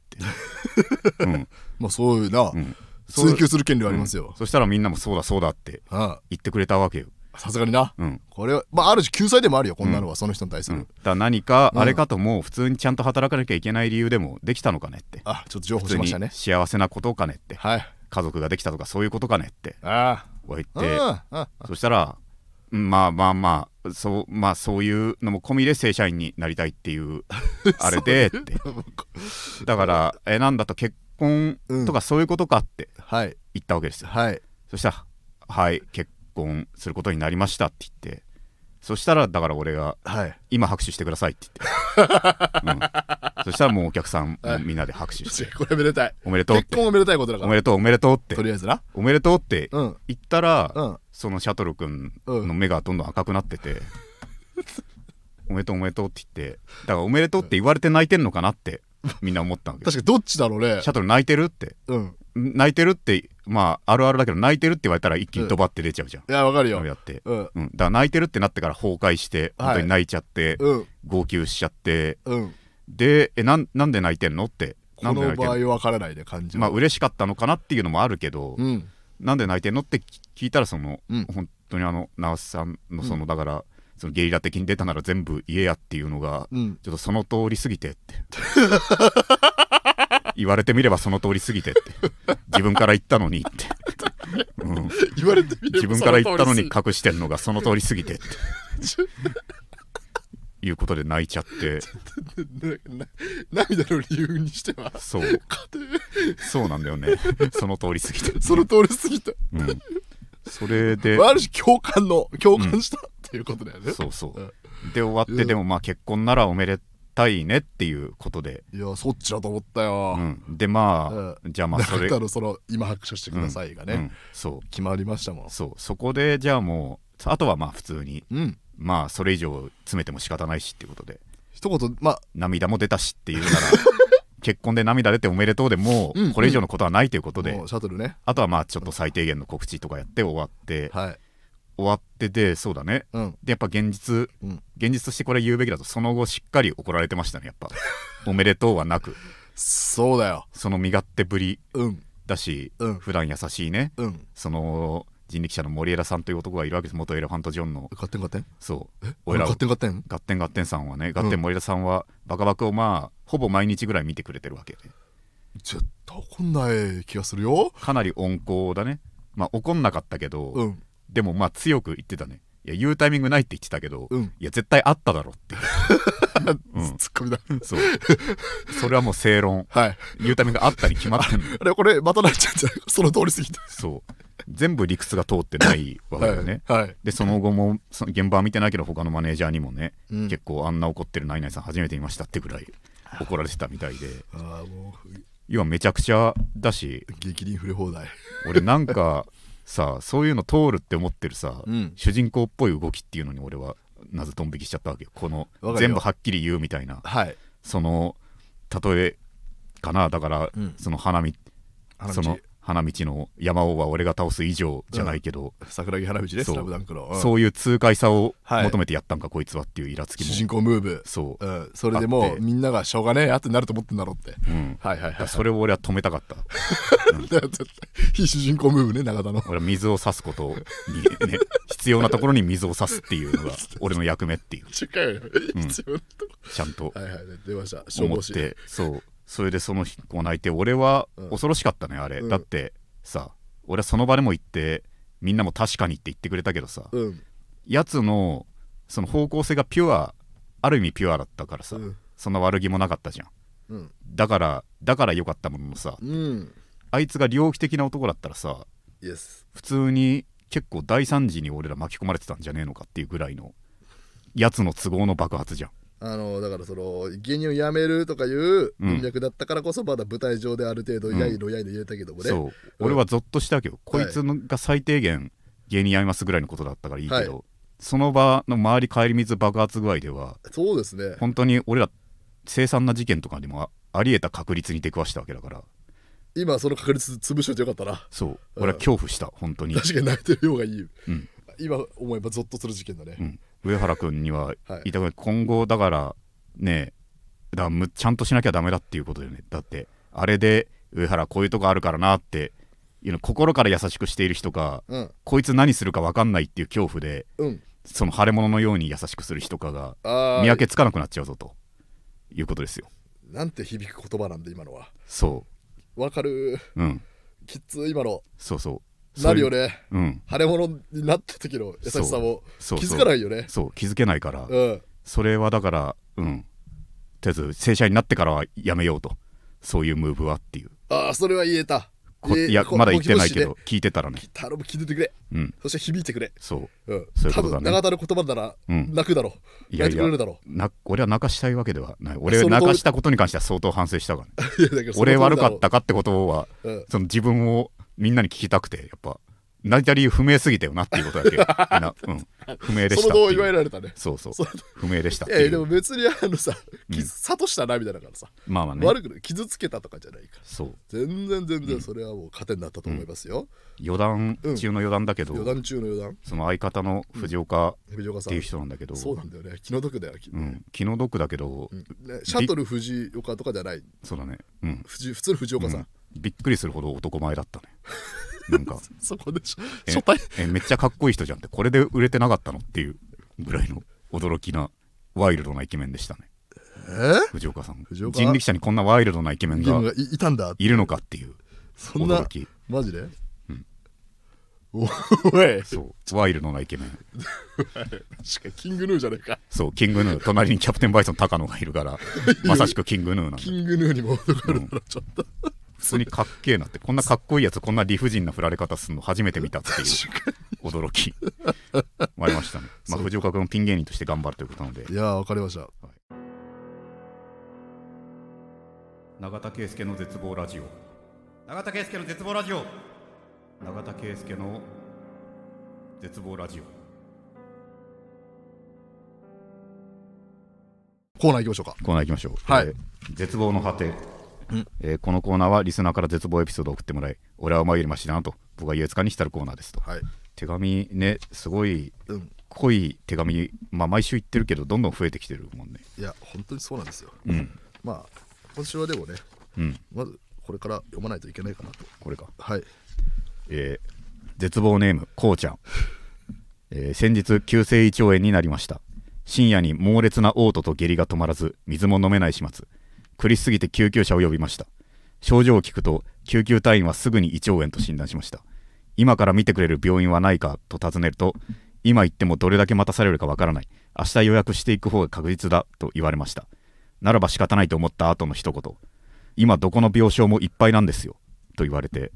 S1: う ん
S2: まあそういうな
S1: うん
S2: 追求する権利はあります
S1: うん
S2: よ
S1: そしたらみんなもそうだそうだって
S2: あ
S1: 言ってくれたわけよ、
S2: あさすがにな
S1: うん
S2: これはまあある種救済でもあるよこんなのはその人に対す
S1: うん、だ
S2: る
S1: から何かあれかともう普通にちゃんと働かなきゃいけない理由でもできたのかねって
S2: あちょっと情報
S1: 普
S2: し
S1: 通
S2: ま
S1: に
S2: したね
S1: 幸せなことかねって
S2: はい
S1: 家族ができたとかそういうことかねって
S2: あ
S1: 俺
S2: あ
S1: 言って
S2: うんうん
S1: そしたらうんまあまあまあそうまあそういうのも込みで正社員になりたいっていうあれでってだからえなんだと結婚とかそういうことかって
S2: はい
S1: 言ったわけですよ
S2: はい
S1: そしたら「はい結婚することになりました」って言ってそしたらだから俺が
S2: はい
S1: 「今拍手してください」って 言って、うんそしたらもうお客さんもみんなで拍手して
S2: これめでたい
S1: 「おめでとう」っ
S2: 結
S1: て
S2: 婚おめでたいこと
S1: 「
S2: だか
S1: お
S2: ら
S1: めでとうおめでとう」って
S2: とりあえずな
S1: 「おめでとう」って
S2: うん
S1: 言ったら、
S2: うん
S1: そのシャトル君
S2: う
S1: の
S2: ん
S1: 目がどんどん赤くなってて、おめでとうおめでとうって言ってだからおめでとうって言われて泣いてんのかなってみんな思ったわけ
S2: 確かにどっちだろうね
S1: シャトル泣いてるって
S2: うん
S1: 泣いてるってまああるあるだけど泣いてるって言われたら一気にドバって出ちゃうじゃん、
S2: いやわかるよ
S1: やって、
S2: うん
S1: うん、だから泣いてるってなってから崩壊して
S2: はい
S1: 本当に泣いちゃって、
S2: うん
S1: 号泣しちゃって
S2: うん
S1: でえなんなんで泣いてんのってなん
S2: こ
S1: で
S2: の
S1: 泣いてん
S2: 場
S1: の
S2: 合わからないね感じ
S1: まあ
S2: は
S1: 嬉しかったのかなっていうのもあるけど、
S2: うん
S1: なんで泣いてんのって聞いたらその、
S2: うん
S1: 本当にあの直瀬さんのその、だからそのゲリラ的に出たなら全部言えやっていうのが、
S2: うん
S1: ちょっとその通りすぎてって言われてみればその通りすぎてって自分から言ったのにって、うん、
S2: 言われてみれ
S1: 自
S2: ば
S1: 分から言ったの
S2: そ
S1: に
S2: 通り
S1: 隠してんのがその通りすぎてっていうことで泣いちゃって
S2: ですなな 涙の理由にしては
S1: そう
S2: 家
S1: そうなんだよねその通りすぎて
S2: 庭、その通り過ぎた
S1: うん、それで
S2: まあある種共感の共感したっていうことだよね、
S1: そうそう
S2: うん
S1: で終わって、
S2: うん
S1: でもまあ結婚ならおめでたいねっていうことで、
S2: いやそっちだと思ったよ、
S1: うん、でまあ、じゃあまあそ
S2: 中
S1: れ、
S2: 田のその今拍手してくださいがね、
S1: うんそう
S2: 決まりましたもん
S1: そうそこでじゃあもうあとはまあ普通に
S2: うん
S1: まあそれ以上詰めても仕方ないしっていうことで
S2: 一言まあ
S1: 涙も出たしって いうなら結婚で涙出ておめでとうでも
S2: うんう
S1: うんこれ以上のことはないということで、
S2: もうシャトルね
S1: あとはまあちょっと最低限の告知とかやって終わって、
S2: はい
S1: 終わってでそうだね
S2: うん
S1: でやっぱ現実
S2: うん
S1: 現実としてこれは言うべきだとその後しっかり怒られてましたねやっ ぱおめでとうはなく
S2: そうだよ
S1: その身勝手ぶり
S2: うん
S1: だし、
S2: うん
S1: 普段優しいね
S2: うん
S1: その人力車の森枝さんという男がいるわけです元エレファントジョンの
S2: 勝手に勝手に
S1: そう
S2: 俺
S1: 俺ら
S2: 勝手に勝手に
S1: ガッテンガッテンさんはねガッテン森田さんはバカバカをまあほぼ毎日ぐらい見てくれてるわけで
S2: 絶対怒んない気がするよ
S1: かなり温厚だねまあ怒んなかったけど、
S2: うん
S1: でもまあ強く言ってたねいや言うタイミングないって言ってたけど、
S2: うん
S1: いや絶対あっただろっていう、うん
S2: ツッコミだ
S1: そうそれはもう正論
S2: はい
S1: 言うタイミングがあったに決まってんの
S2: あれこれまたなっちゃうんじゃない その通り過ぎて
S1: そう全部理屈が通ってないわけだよね、
S2: はいはい
S1: でその後もその現場は見てないけど他のマネージャーにもね、
S2: うん
S1: 結構あんな怒ってるナイナイさん初めて見ましたってぐらい怒られてたみたいで
S2: ああもう
S1: 要はめちゃくちゃだし
S2: 激鱗触れ放題
S1: 俺なんかさ そういうの通るって思ってるさ、
S2: うん
S1: 主人公っぽい動きっていうのに俺はなぜドン引きしちゃったわけよこの
S2: わかるよ
S1: 全部はっきり言うみたいな
S2: はい
S1: その例えかなだから、
S2: うん
S1: その花見
S2: 花
S1: その
S2: 道
S1: 花道の山王は俺が倒す以上じゃないけど、
S2: 桜木花道ね
S1: そう
S2: スラムダンクの、うん
S1: そういう痛快さを
S2: はい
S1: 求めてやったんか、こいつはっていうイラつき
S2: 主人
S1: も
S2: 公ムーブ
S1: そう、
S2: うん、それで
S1: あ
S2: も
S1: って
S2: うみんながしょうがねえやってなると思ってんだろうって、
S1: うん
S2: はいは
S1: だ
S2: いは
S1: か
S2: い
S1: らそれを俺は止めたかった
S2: だから絶対 非主人公ムーブね長田の
S1: 俺は水を差すことに、 ね、必要なところに水を差すっていうのが俺の役目っていう
S2: 一回よ必要なとこ
S1: ちゃんと
S2: はいはい出ました消
S1: 思っ
S2: 防士
S1: てそうそれでその日こう泣いて俺は
S2: うん
S1: 恐ろしかったねあれ、
S2: うん
S1: だってさ俺はその場でも言ってみんなも確かにって言ってくれたけどさ、
S2: うん
S1: やつのその方向性がピュアある意味ピュアだったからさ、
S2: うん
S1: そんな悪気もなかったじゃん
S2: うん
S1: だからだから良かったもののさ
S2: うん
S1: あいつが猟奇的な男だったらさ
S2: イエス
S1: 普通に結構大惨事に俺ら巻き込まれてたんじゃねえのかっていうぐらいのやつの都合の爆発じゃん
S2: あのだからその芸人を辞めるとかいう文脈だったからこそまだ舞台上である程度
S1: うん
S2: やいのやいの言えたけどもね、
S1: そう俺はゾッとしたけど、こいつのが最低限芸人やりますぐらいのことだったからいいけど、
S2: は
S1: その場の周り帰り水爆発具合では
S2: そうですね
S1: 本当に俺ら凄惨な事件とかにもあありえた確率に出くわしたわけだから
S2: 今その確率潰しといてよかったな
S1: そう俺は恐怖した本当に、
S2: 確かに泣いてるようがいい
S1: うん
S2: 今思えばゾッとする事件だね、
S1: うん、上原君には
S2: はい
S1: 言いたくない今後だからねだからむちゃんとしなきゃダメだっていうことだよねだってあれで上原こういうとこあるからなっていうの心から優しくしている人か
S2: うん
S1: こいつ何するか分かんないっていう恐怖で
S2: うん
S1: その腫れ物のように優しくする人かが
S2: ああ
S1: 見分けつかなくなっちゃうぞということですよ
S2: なんて響く言葉なんで今のは
S1: そ
S2: わかる
S1: ううん
S2: きっつ今の
S1: そうそう
S2: なるよ
S1: ね
S2: ね
S1: うん
S2: 腫れ物になった時の優しさも
S1: そう
S2: 気
S1: そう
S2: づかないよね
S1: そう気づけないから、
S2: うん
S1: それはだからうんとりあえず正社員になってからはやめようとそういうムーブはっていう
S2: ああそれは言えた
S1: こ
S2: え
S1: いや
S2: こ
S1: まだ言ってない
S2: こ
S1: け
S2: う
S1: ど聞いてたらね
S2: 気持ちで頼む気づいてくれ
S1: うん
S2: そして響いてくれ
S1: そう
S2: うん
S1: そういうことだ
S2: 多
S1: ね
S2: 分長田の言葉なら
S1: うん
S2: 泣くだろう
S1: いやい
S2: 泣いて
S1: や
S2: くれるだろ
S1: な俺は泣かしたいわけではない俺
S2: その通り
S1: 泣かしたことに関しては相当反省したから、 ね、
S2: ういやだけどその通
S1: 俺
S2: りだろう
S1: 悪かったかってことは
S2: うん
S1: その自分をみんなに聞きたくてやっぱ泣いた理由不明すぎたよなっていうこと だけみんな、うん、不明でし
S2: そ
S1: た
S2: の
S1: って
S2: 同意
S1: い
S2: 言わ
S1: う
S2: れられたね
S1: そうそう
S2: その
S1: 不明でしたっ
S2: い
S1: て
S2: やい
S1: い
S2: やで
S1: う
S2: も別にあのさ
S1: うん
S2: さとした涙だからさ
S1: まあまあね
S2: 悪くない傷つけたとかじゃないから
S1: そう
S2: 全然全然それはもう糧になったと思いますよ
S1: 余談
S2: うん
S1: 中の余談だけど、
S2: 余談中の余談
S1: その相方の藤岡
S2: 藤岡
S1: っ
S2: さ
S1: ていうん人なんだけど、
S2: そうなんだよね気の毒だよき
S1: うん、気の毒だけど、
S2: ねシャトル藤岡とかじゃない
S1: そうだね、うん
S2: 藤普通の藤岡さん、
S1: うんびっくりするほど男前だったね なんか
S2: そこでしょ
S1: え
S2: 初対
S1: えめっちゃかっこいい人じゃんってこれで売れてなかったのっていうぐらいの驚きなワイルドなイケメンでしたね
S2: え
S1: 藤岡さん
S2: 藤岡
S1: 人力車にこんなワイルドなイケメン
S2: ゲーム
S1: が
S2: がいいたんだ
S1: いるのかっていう
S2: そんな
S1: 驚き
S2: マジで、
S1: うん
S2: おおい確
S1: そうワイルドなイケメン
S2: かキングヌーじゃねえか
S1: そうキングヌー隣にキャプテンバイソン高野がいる からまさしくキングヌーなんだ
S2: キングヌーにも男の子だなちょっと
S1: 普通にかっけえなってこんなかっこいいやつこんな理不尽な振られ方するの初めて見たっていう驚きもありましたね、 まあ、藤岡君ピン芸人として頑張るということなので
S2: いやーわかりました
S1: 永田圭介の絶望ラジオ永田圭介の絶望ラジオ永田圭介の絶望ラジオ
S2: コーナー行きましょう
S1: コーナー行きましょう
S2: はい
S1: えー絶望の果てえーこのコーナーはリスナーから絶望エピソードを送ってもらい俺はお前よりましだなと僕は優越感に浸るコーナーですと
S2: かはい
S1: 手紙ねすごい
S2: うん
S1: 濃い手紙まあ毎週言ってるけどどんどん増えてきてるもんね
S2: いや本当にそうなんですよ
S1: うん
S2: まあ今週はでもね
S1: うん
S2: まずこれから読まないといけないかなと
S1: これか
S2: はい
S1: えー絶望ネームこうちゃん、えー先日急性胃腸炎になりました深夜に猛烈な嘔吐と下痢が止まらず水も飲めない始末苦しすぎて救急車を呼びました症状を聞くと救急隊員はすぐに胃腸炎と診断しました今から見てくれる病院はないかと尋ねると今行ってもどれだけ待たされるかわからない明日予約していく方が確実だと言われましたならば仕方ないと思った後の一言今どこの病床もいっぱいなんですよと言われて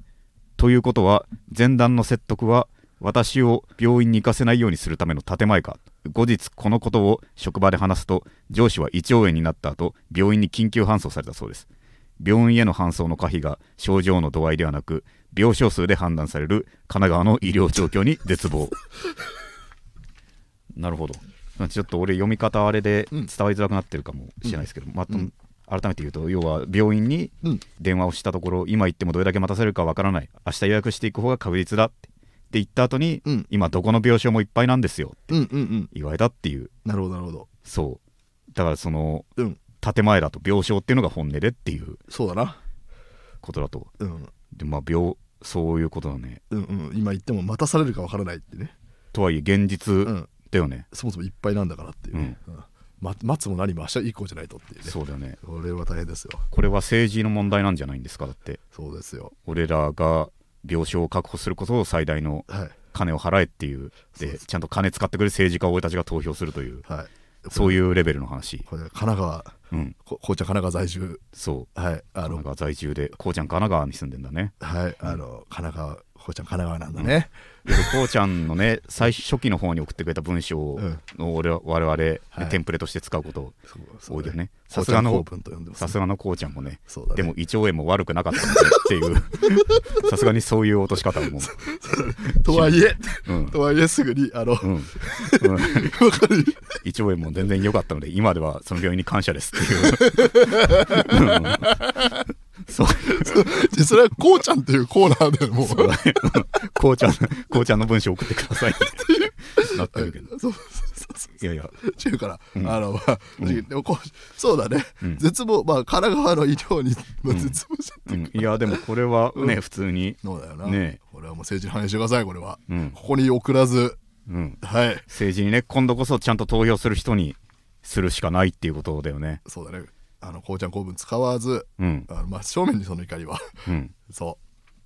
S1: ということは前段の説得は私を病院に行かせないようにするための建前か後日このことを職場で話すと上司は胃腸炎になった後病院に緊急搬送されたそうです病院への搬送の可否が症状の度合いではなく病床数で判断される神奈川の医療状況に絶望 なるほどちょっと俺読み方あれで伝わりづらくなってるかもしれないですけど、まあと
S2: うん
S1: 改めて言うと要は病院に
S2: うん
S1: 電話をしたところ今行ってもどれだけ待たせるかわからない明日予約していく方が確実だってって言った後に、
S2: うん
S1: 今どこの病床もいっぱいなんですよ
S2: うんうんうん
S1: 言われたっていう
S2: なるほどなるほど
S1: そうだからその
S2: うん
S1: 建前だと病床っていうのが本音でっていう
S2: そうだな
S1: ことだと
S2: うん
S1: でまあ病そういうことだね
S2: うんうん今言っても待たされるかわからないってね、
S1: とはいえ現実
S2: うん、
S1: だよね、
S2: そもそもいっぱいなんだからっていうね、うんま待つも何も明日以降じゃないとっていうね
S1: そうだよね
S2: これは大変ですよ
S1: これは政治の問題なんじゃないんですかだって
S2: そうですよ
S1: 俺らが病床を確保することを最大の
S2: はい
S1: 金を払えっていう
S2: そう
S1: で
S2: です
S1: ちゃんと金使ってくれる政治家を俺たちが投票するという
S2: はい
S1: そういううレベルの話
S2: これ神奈川
S1: うん
S2: こ紅茶神奈川在住
S1: そう
S2: はい
S1: 神
S2: あの
S1: 奈川在住でこうちゃん神奈川に住んでんだね
S2: はいあの神奈川紅茶神奈川なんだね、
S1: でこうちゃんの ね最初期の方に送ってくれた文章を
S2: うん
S1: の俺は我々ね、
S2: はい
S1: テンプレとして使うこと
S2: そうそ
S1: 多
S2: う
S1: いよねさ
S2: 紅
S1: す
S2: 茶
S1: が
S2: 公
S1: の
S2: 文と呼んでます
S1: さすがのこうちゃんもね
S2: そうだね
S1: でも胃腸炎も悪くなかったのでっていうさすがにそう いう落とし方はも
S2: とはいえ
S1: う、うん
S2: とはいえすぐにあの、
S1: うんうん
S2: わかる
S1: 胃腸炎も全然良かったので今ではその病院に感謝ですっていううんそう
S2: それはこうちゃんっていうコーナーでもう
S1: そうだね こうちゃんこうちゃんの文章送ってくださいってなってるけど
S2: そうそうそうそう
S1: いやいや
S2: っていうから、
S1: うん
S2: あのまあ、
S1: うん
S2: でもこうそうだね、
S1: うん
S2: 絶望まあ神奈川の医療に、まあ、絶望しちゃって
S1: う
S2: る
S1: ん、 いやでもこれはね、普通に、
S2: そうだよな、
S1: ねえ
S2: これはもう政治の反映してくださいこれは、
S1: うん
S2: ここに送らず
S1: うん、
S2: はい
S1: 政治にね今度こそちゃんと投票する人にするしかないっていうことだよね
S2: そうだねあのこうちゃん公文使わず
S1: うん、
S2: あのまあ正面にその怒りは
S1: うん、
S2: そ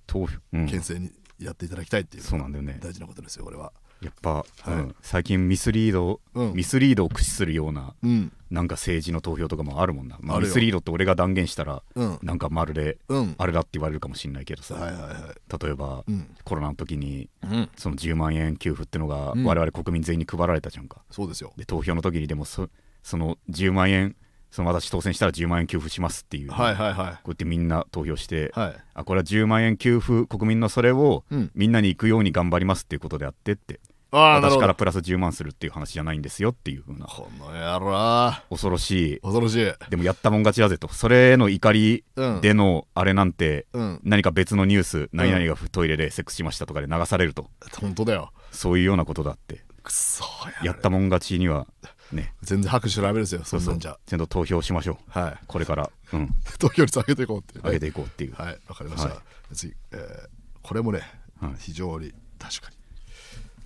S1: 投票、う、
S2: うん牽制にやっていただきたいっていう
S1: そうなんだよね
S2: 大事なことですよこれは
S1: やっぱ、
S2: い
S1: うん、最近ミスリード、
S2: うん
S1: ミスリードを駆使するような
S2: うん
S1: なんか政治の投票とかもあるもんな、まあ、
S2: ある
S1: ミ
S2: よ
S1: スリードって俺が断言したら
S2: うん
S1: なんかまるで
S2: うん
S1: あれだって言われるかもしれないけどさ、
S2: はいはいは
S1: 例えば、
S2: いうん、
S1: コロナの時に
S2: うん、
S1: その10万円給付ってのが
S2: うん
S1: 我々国民全員に配られたじゃんか、
S2: そうですよ
S1: で投票の時にでもそその10万円その私当選したら10万円給付しますっていう、
S2: はい
S1: こ
S2: はいは
S1: うやってみんな投票して、
S2: いはい
S1: あこれは10万円給付国民のそれを
S2: うん
S1: みんなに行くように頑張りますっていうことであってって、
S2: ああなる
S1: 私
S2: ほ
S1: から
S2: ど
S1: プラス10万するっていう話じゃないんですよっていうふうな
S2: この野郎
S1: 恐ろしい
S2: 恐ろしい
S1: でもやったもん勝ちだぜとそれへの怒り
S2: うん
S1: でのあれなんて
S2: うん
S1: 何か別のニュース何々がトイレでセックスしましたとかで流されると
S2: 本当だよ
S1: そういうようなことだって
S2: くそ
S1: やったもん勝ちにはね
S2: 全然拍手調べですよそ
S1: うんそ
S2: な
S1: うんち
S2: じ
S1: ゃ
S2: ゃ
S1: んと投票しましょう
S2: はい
S1: これからうん
S2: 投票率上げていこうっていうね
S1: 上げていこうっていう
S2: はいわかりました、
S1: は
S2: 次、えーこれもね、
S1: はい
S2: 非常に確か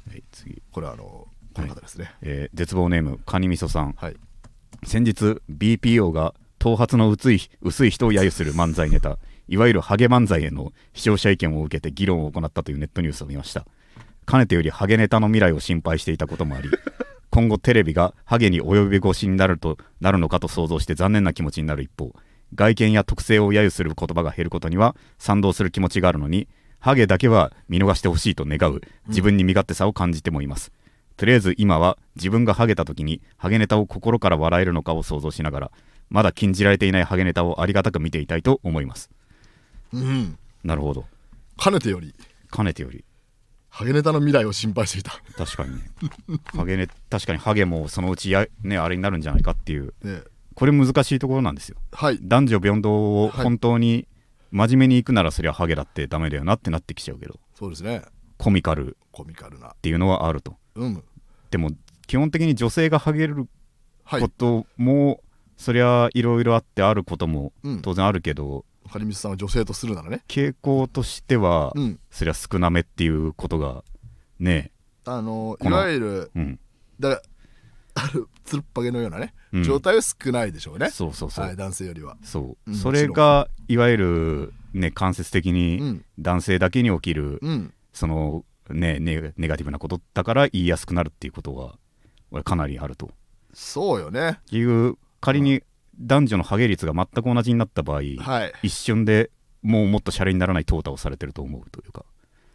S2: に
S1: はい次
S2: これはあのこの方ですね
S1: えー絶望ネームカニみそさん
S2: はい、
S1: 先日 BPO が頭髪の薄い薄い人を揶揄する漫才ネタいわゆるハゲ漫才への視聴者意見を受けて議論を行ったというネットニュースを見ましたかねてよりハゲネタの未来を心配していたこともあり今後テレビがハゲに及び腰になるとなるのかと想像して残念な気持ちになる一方外見や特性を揶揄する言葉が減ることには賛同する気持ちがあるのにハゲだけは見逃してほしいと願う自分に身勝手さを感じてもいます、とりあえず今は自分がハゲた時にハゲネタを心から笑えるのかを想像しながらまだ禁じられていないハゲネタをありがたく見ていたいと思います
S2: うん
S1: なるほど
S2: かねてより
S1: かねてより
S2: ハゲネタの未来を心配していた
S1: 確かにねハゲネ確かにハゲもそのうちや、ね、あれになるんじゃないかっていう
S2: ね
S1: これ難しいところなんですよ
S2: はい
S1: 男女平等を
S2: はい
S1: 本当に真面目にいくならそりゃハゲだってダメだよなってなってきちゃうけど
S2: そうですね
S1: コミカルっ
S2: コミカルな
S1: ていうのはあると
S2: うん
S1: でも基本的に女性がハゲる
S2: はい
S1: ことも、そりゃいろいろあってあることも
S2: うん
S1: 当然あるけど、
S2: かりみつさんを女性とするならね
S1: 傾向としては、
S2: うん
S1: そりゃ少なめっていうことがね
S2: あの
S1: こ
S2: い
S1: の
S2: わゆる
S1: うん、
S2: だからあるつるっぱげのようなね、
S1: うん
S2: 状態は少ないでしょうね
S1: そうそうそう、
S2: はい男性よりは
S1: そう
S2: うん
S1: それがいわゆるね間接的
S2: う
S1: に
S2: ん
S1: 男性だけに起きる、
S2: うん
S1: そのねねネガティブなことだから言いやすくなるっていうことが俺かなりあると
S2: そうよね
S1: いう仮に男女のハゲ率が全く同じになった場合、
S2: はい
S1: 一瞬でもうもっとシャレにならない淘汰をされてると思うというか、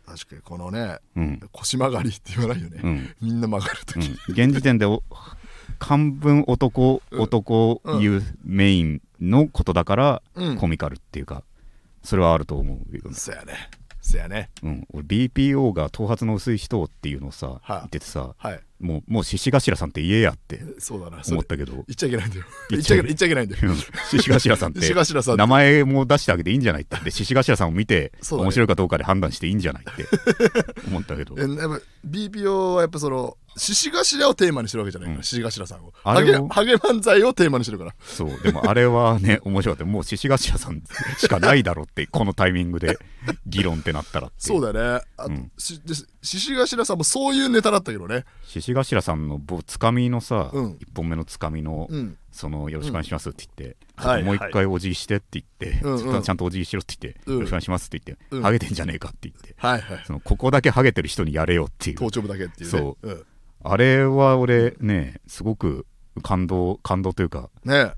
S2: 確かにこのね
S1: うん
S2: 腰曲がりって言わないよね、
S1: うん、
S2: みんな曲がる
S1: う
S2: 時、
S1: ん現時点でお漢文男
S2: うん
S1: 男
S2: うん
S1: いうメインのことだから
S2: うん
S1: コミカルっていうかそれはあると思うよね、
S2: そやねそやね
S1: うん、俺 BPO が頭髪の薄い人っていうのをさ
S2: は
S1: 言
S2: い
S1: っててさ
S2: はい
S1: もうもう獅子頭さんって言えやって
S2: そうだなそ
S1: 思
S2: れ
S1: ったけど
S2: 言っちゃいけないんだよ
S1: 言
S2: 言
S1: っ
S2: っ
S1: ち
S2: ち
S1: ゃ
S2: ゃ
S1: いけ
S2: いけ
S1: な
S2: ないい言っちゃいけないんだよ
S1: うん獅子頭さんっ
S2: 石
S1: て
S2: 頭さん
S1: 名前も出してあげていいんじゃないって獅子頭さんを見て
S2: そうだね
S1: 面白いかどうかで判断していいんじゃないって思った けど
S2: えやっぱ BPO はやっぱその獅子頭をテーマにしてるわけじゃないか
S1: うん
S2: ら獅子頭さんを
S1: あ
S2: ハ
S1: れ
S2: ゲ
S1: を
S2: ハゲ漫才をテーマにしてるから
S1: そうでもあれはね 面白かったもう獅子頭さんしかないだろうってこのタイミング で議論ってなったらって
S2: そうだねあと
S1: うん
S2: しで獅子頭さんもそういうネタだったけどね
S1: 獅子頭さんのぼつかみのさ、一
S2: うん
S1: 1本目のつかみの、
S2: うん
S1: その「よろしくお願いします」って言って、ちょ
S2: うん
S1: っと
S2: はい
S1: もう一回お辞儀してって言って、
S2: うんうん
S1: ちょっとちゃんとお辞儀しろって言って、
S2: うん
S1: よろしくお願いしますって言って、
S2: うん
S1: ハゲてんじゃねえかって言って、
S2: はいはい
S1: そのここだけハゲてる人にやれよっていう
S2: 頭頂部だけっていうね
S1: そ
S2: うん
S1: あれは俺ねすごく感動感動というか
S2: ね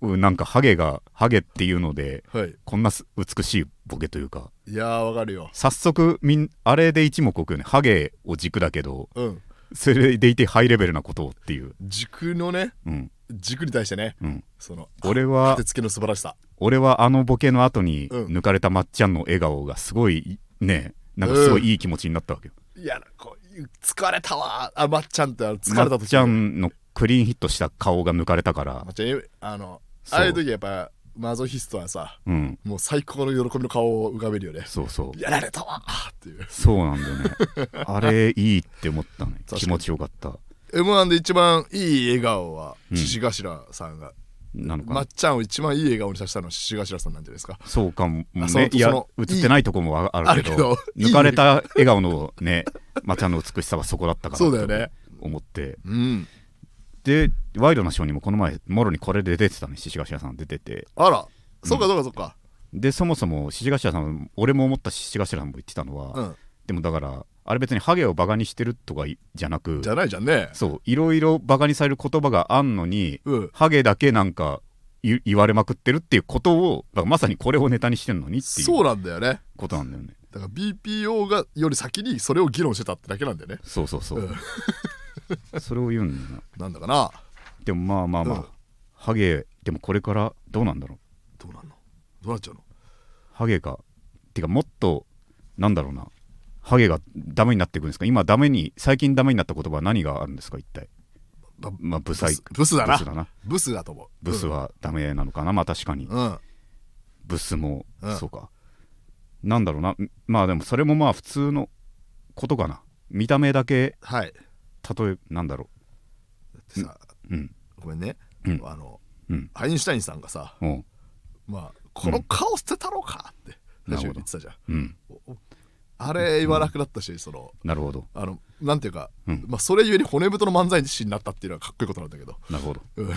S1: うんなんかハゲがハゲっていうので
S2: はい
S1: こんなす美しいボケというか
S2: いやーわかるよ
S1: 早速みんあれで一目置くよねハゲを軸だけど
S2: うん
S1: それでいてハイレベルなことをっていう、
S2: 軸のね
S1: うん
S2: 軸に対してね
S1: うん、
S2: その
S1: 俺は
S2: 手つけの素晴らしさ
S1: 俺はあのボケの後に
S2: うん
S1: 抜かれたまっちゃんの笑顔がすごいねなんかすごいいい気持ちになったわけよ、
S2: いやこう疲れたわーあまっちゃんってあの疲れ
S1: ま
S2: た
S1: っ
S2: 時
S1: ちゃんのクリーンヒットした顔が抜かれたから
S2: まっちゃんあの
S1: そう
S2: ああいう時はやっぱマゾヒストはさ
S1: うん
S2: もう最高の喜びの顔を浮かべるよね
S1: そうそう
S2: やられたわーっていう
S1: そうなんだよねあれいいって思った ね
S2: かに
S1: 気持ちよかった
S2: m 1で一番いい笑顔は
S1: うん
S2: 獅子頭さんが、
S1: なのかな、
S2: まっちゃんを一番いい笑顔にさせたのは獅子頭さんなんじゃないですか
S1: そうかも
S2: あその
S1: ねいや
S2: その
S1: 映ってないとこもああるけど
S2: あるけど
S1: 抜かれた笑顔のねまっちゃんの美しさはそこだったか
S2: そ
S1: ら
S2: うだよね
S1: と思って
S2: うん
S1: でワイドなショーにもこの前もろにこれで出てたね獅子頭さん出てて
S2: あらそうかそうかそうか
S1: でそもそも獅子頭さん俺も思ったし獅子頭さんも言ってたのは、
S2: うん、
S1: でもだからあれ別にハゲをバカにしてるとかいじゃなく
S2: じゃないじゃんね
S1: そういろいろバカにされる言葉があんのに、
S2: うん
S1: ハゲだけなんか言言われまくってるっていうことをだからまさにこれをネタにしてるのにってい
S2: そう
S1: う
S2: なんだよね
S1: ことなんだよね
S2: だから BPO がより先にそれを議論してたってだけなんだよね
S1: そうそうそう、
S2: うん
S1: それを言うんだな
S2: なんだかな
S1: でもまあまあまあ、
S2: うん
S1: ハゲでもこれからどうなんだろう
S2: どうなんのどうなっちゃうの
S1: ハゲがてかもっとなんだろうなハゲがダメになっていくんですか今ダメに最近ダメになった言葉は何があるんですか一体
S2: ま
S1: まあブサイク
S2: ブスだな
S1: ブスだな
S2: ブスだと思う
S1: ブスはダメなのかなまあ確かに
S2: うん、うん
S1: ブスも、
S2: うん
S1: そうかなんだろうなんまあでもそれもまあ普通のことかな見た目だけ
S2: はい
S1: 例えなんだろ
S2: だってさ
S1: ううん
S2: ごめんね、
S1: うん
S2: あの
S1: うん
S2: アインシュタインさんがさ、
S1: おう
S2: まあ、この顔捨てたろかって
S1: うん
S2: 最初に言ってたじゃん、
S1: うん
S2: おおあれ言わなくなったし、その
S1: なるほど
S2: あのなんていうか、
S1: うん
S2: まあ、それゆえに骨太の漫才師になったっていうのはかっこいいことなんだけど、
S1: なるほど
S2: うん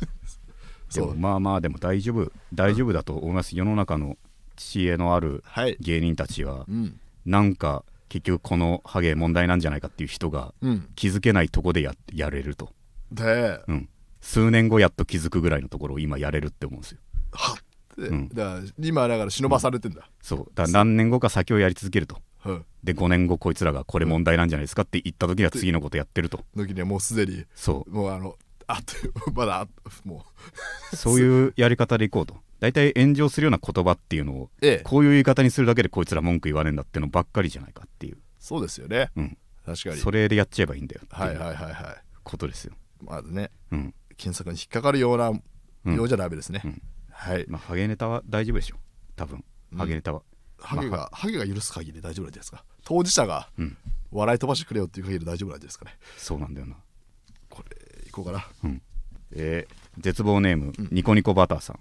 S1: で
S2: そ
S1: も
S2: う
S1: まあまあでも大丈夫大丈夫だと思います世の中の知恵のある
S2: はい
S1: 芸人たちは
S2: うん
S1: なんか結局このハゲ問題なんじゃないかっていう人が
S2: うん
S1: 気づけないとこでややれると、
S2: で、
S1: うん、数年後やっと気づくぐらいのところを今やれるって思うんですよ
S2: はっで
S1: うん
S2: だから今だから忍ばされてんだ、
S1: そうだから何年後か先をやり続けると
S2: うん
S1: で5年後こいつらがこれ問題なんじゃないですかって言った時には次のことやってると
S2: 時にはもうすでに
S1: そ
S2: もうあのあって まだあも
S1: うそういうやり方でいこうと大体炎上するような言葉っていうのを
S2: うええ
S1: こういう言い方にするだけでこいつら文句言わねえんだってのばっかりじゃないかっていう、
S2: そうですよね
S1: うん、
S2: 確かに
S1: それでやっちゃえばいいんだよって
S2: はい
S1: いう
S2: はいはいはい
S1: ことですよ、
S2: まだね
S1: うん
S2: 検索に引っかかるような
S1: うん
S2: ようじゃダメですね、
S1: うん
S2: はい
S1: まあ、ハゲネタは大丈夫でしょ多分
S2: うん
S1: ハゲネタは、
S2: ハゲが、ハゲが許す限り大丈夫なんじゃないですか当事者が
S1: うん
S2: 笑い飛ばしてくれよっていう限り大丈夫なんじゃないですかね
S1: そうなんだよな、
S2: これいこうかな
S1: えー絶望ネーム、ニコニコバターさん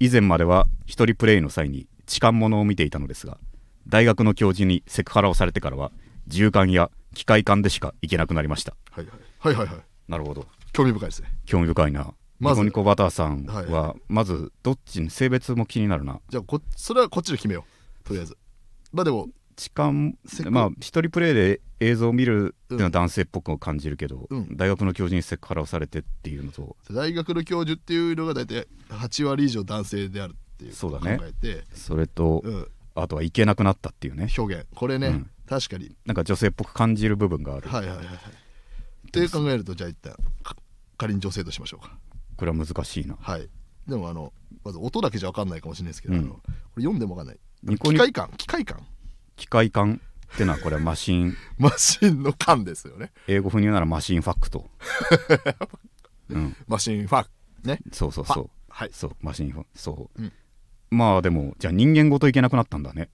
S1: 以前までは一人プレイの際に痴漢ものを見ていたのですが大学の教授にセクハラをされてからは銃艦や機械艦でしか行けなくなりました
S2: はいはいはいはいはい
S1: なるほど
S2: 興味深いですね
S1: 興味深いな、
S2: ま
S1: ニ
S2: ず
S1: コニコバターさん
S2: はい
S1: はまずどっちに性別も気になるな
S2: じゃあこそれはこっちで決めようとりあえずまあでも
S1: 痴漢
S2: せっかく
S1: まあ一人プレイで映像を見るっていうのは男性っぽく感じるけど、
S2: うん
S1: 大学の教授にセクハラをされてっていうのと
S2: 大学の教授っていうのが大体8割以上男性であるっていうことを考えて
S1: それと、
S2: うん、
S1: あとは行けなくなったっていうね
S2: 表現これね、
S1: うん
S2: 確かに
S1: なんか女性っぽく感じる部分がある、
S2: はいはいはいはいって考えるとじゃあ一旦か仮に女性としましょうか
S1: これは難しいな
S2: はいでもあのまず音だけじゃ分かんないかもしれないですけど、
S1: うん
S2: あのこれ読んでも分かんない
S1: ニコ
S2: 機
S1: ニ
S2: 械感機械感
S1: 機械感ってのはこれはマシン
S2: マシンの感ですよね
S1: 英語風に言うならマシンファック と、うん、
S2: マシンファックね
S1: そうそうそう
S2: はい
S1: そうマシンファックそう、
S2: うん
S1: まあでもじゃあ人間ごといけなくなったんだね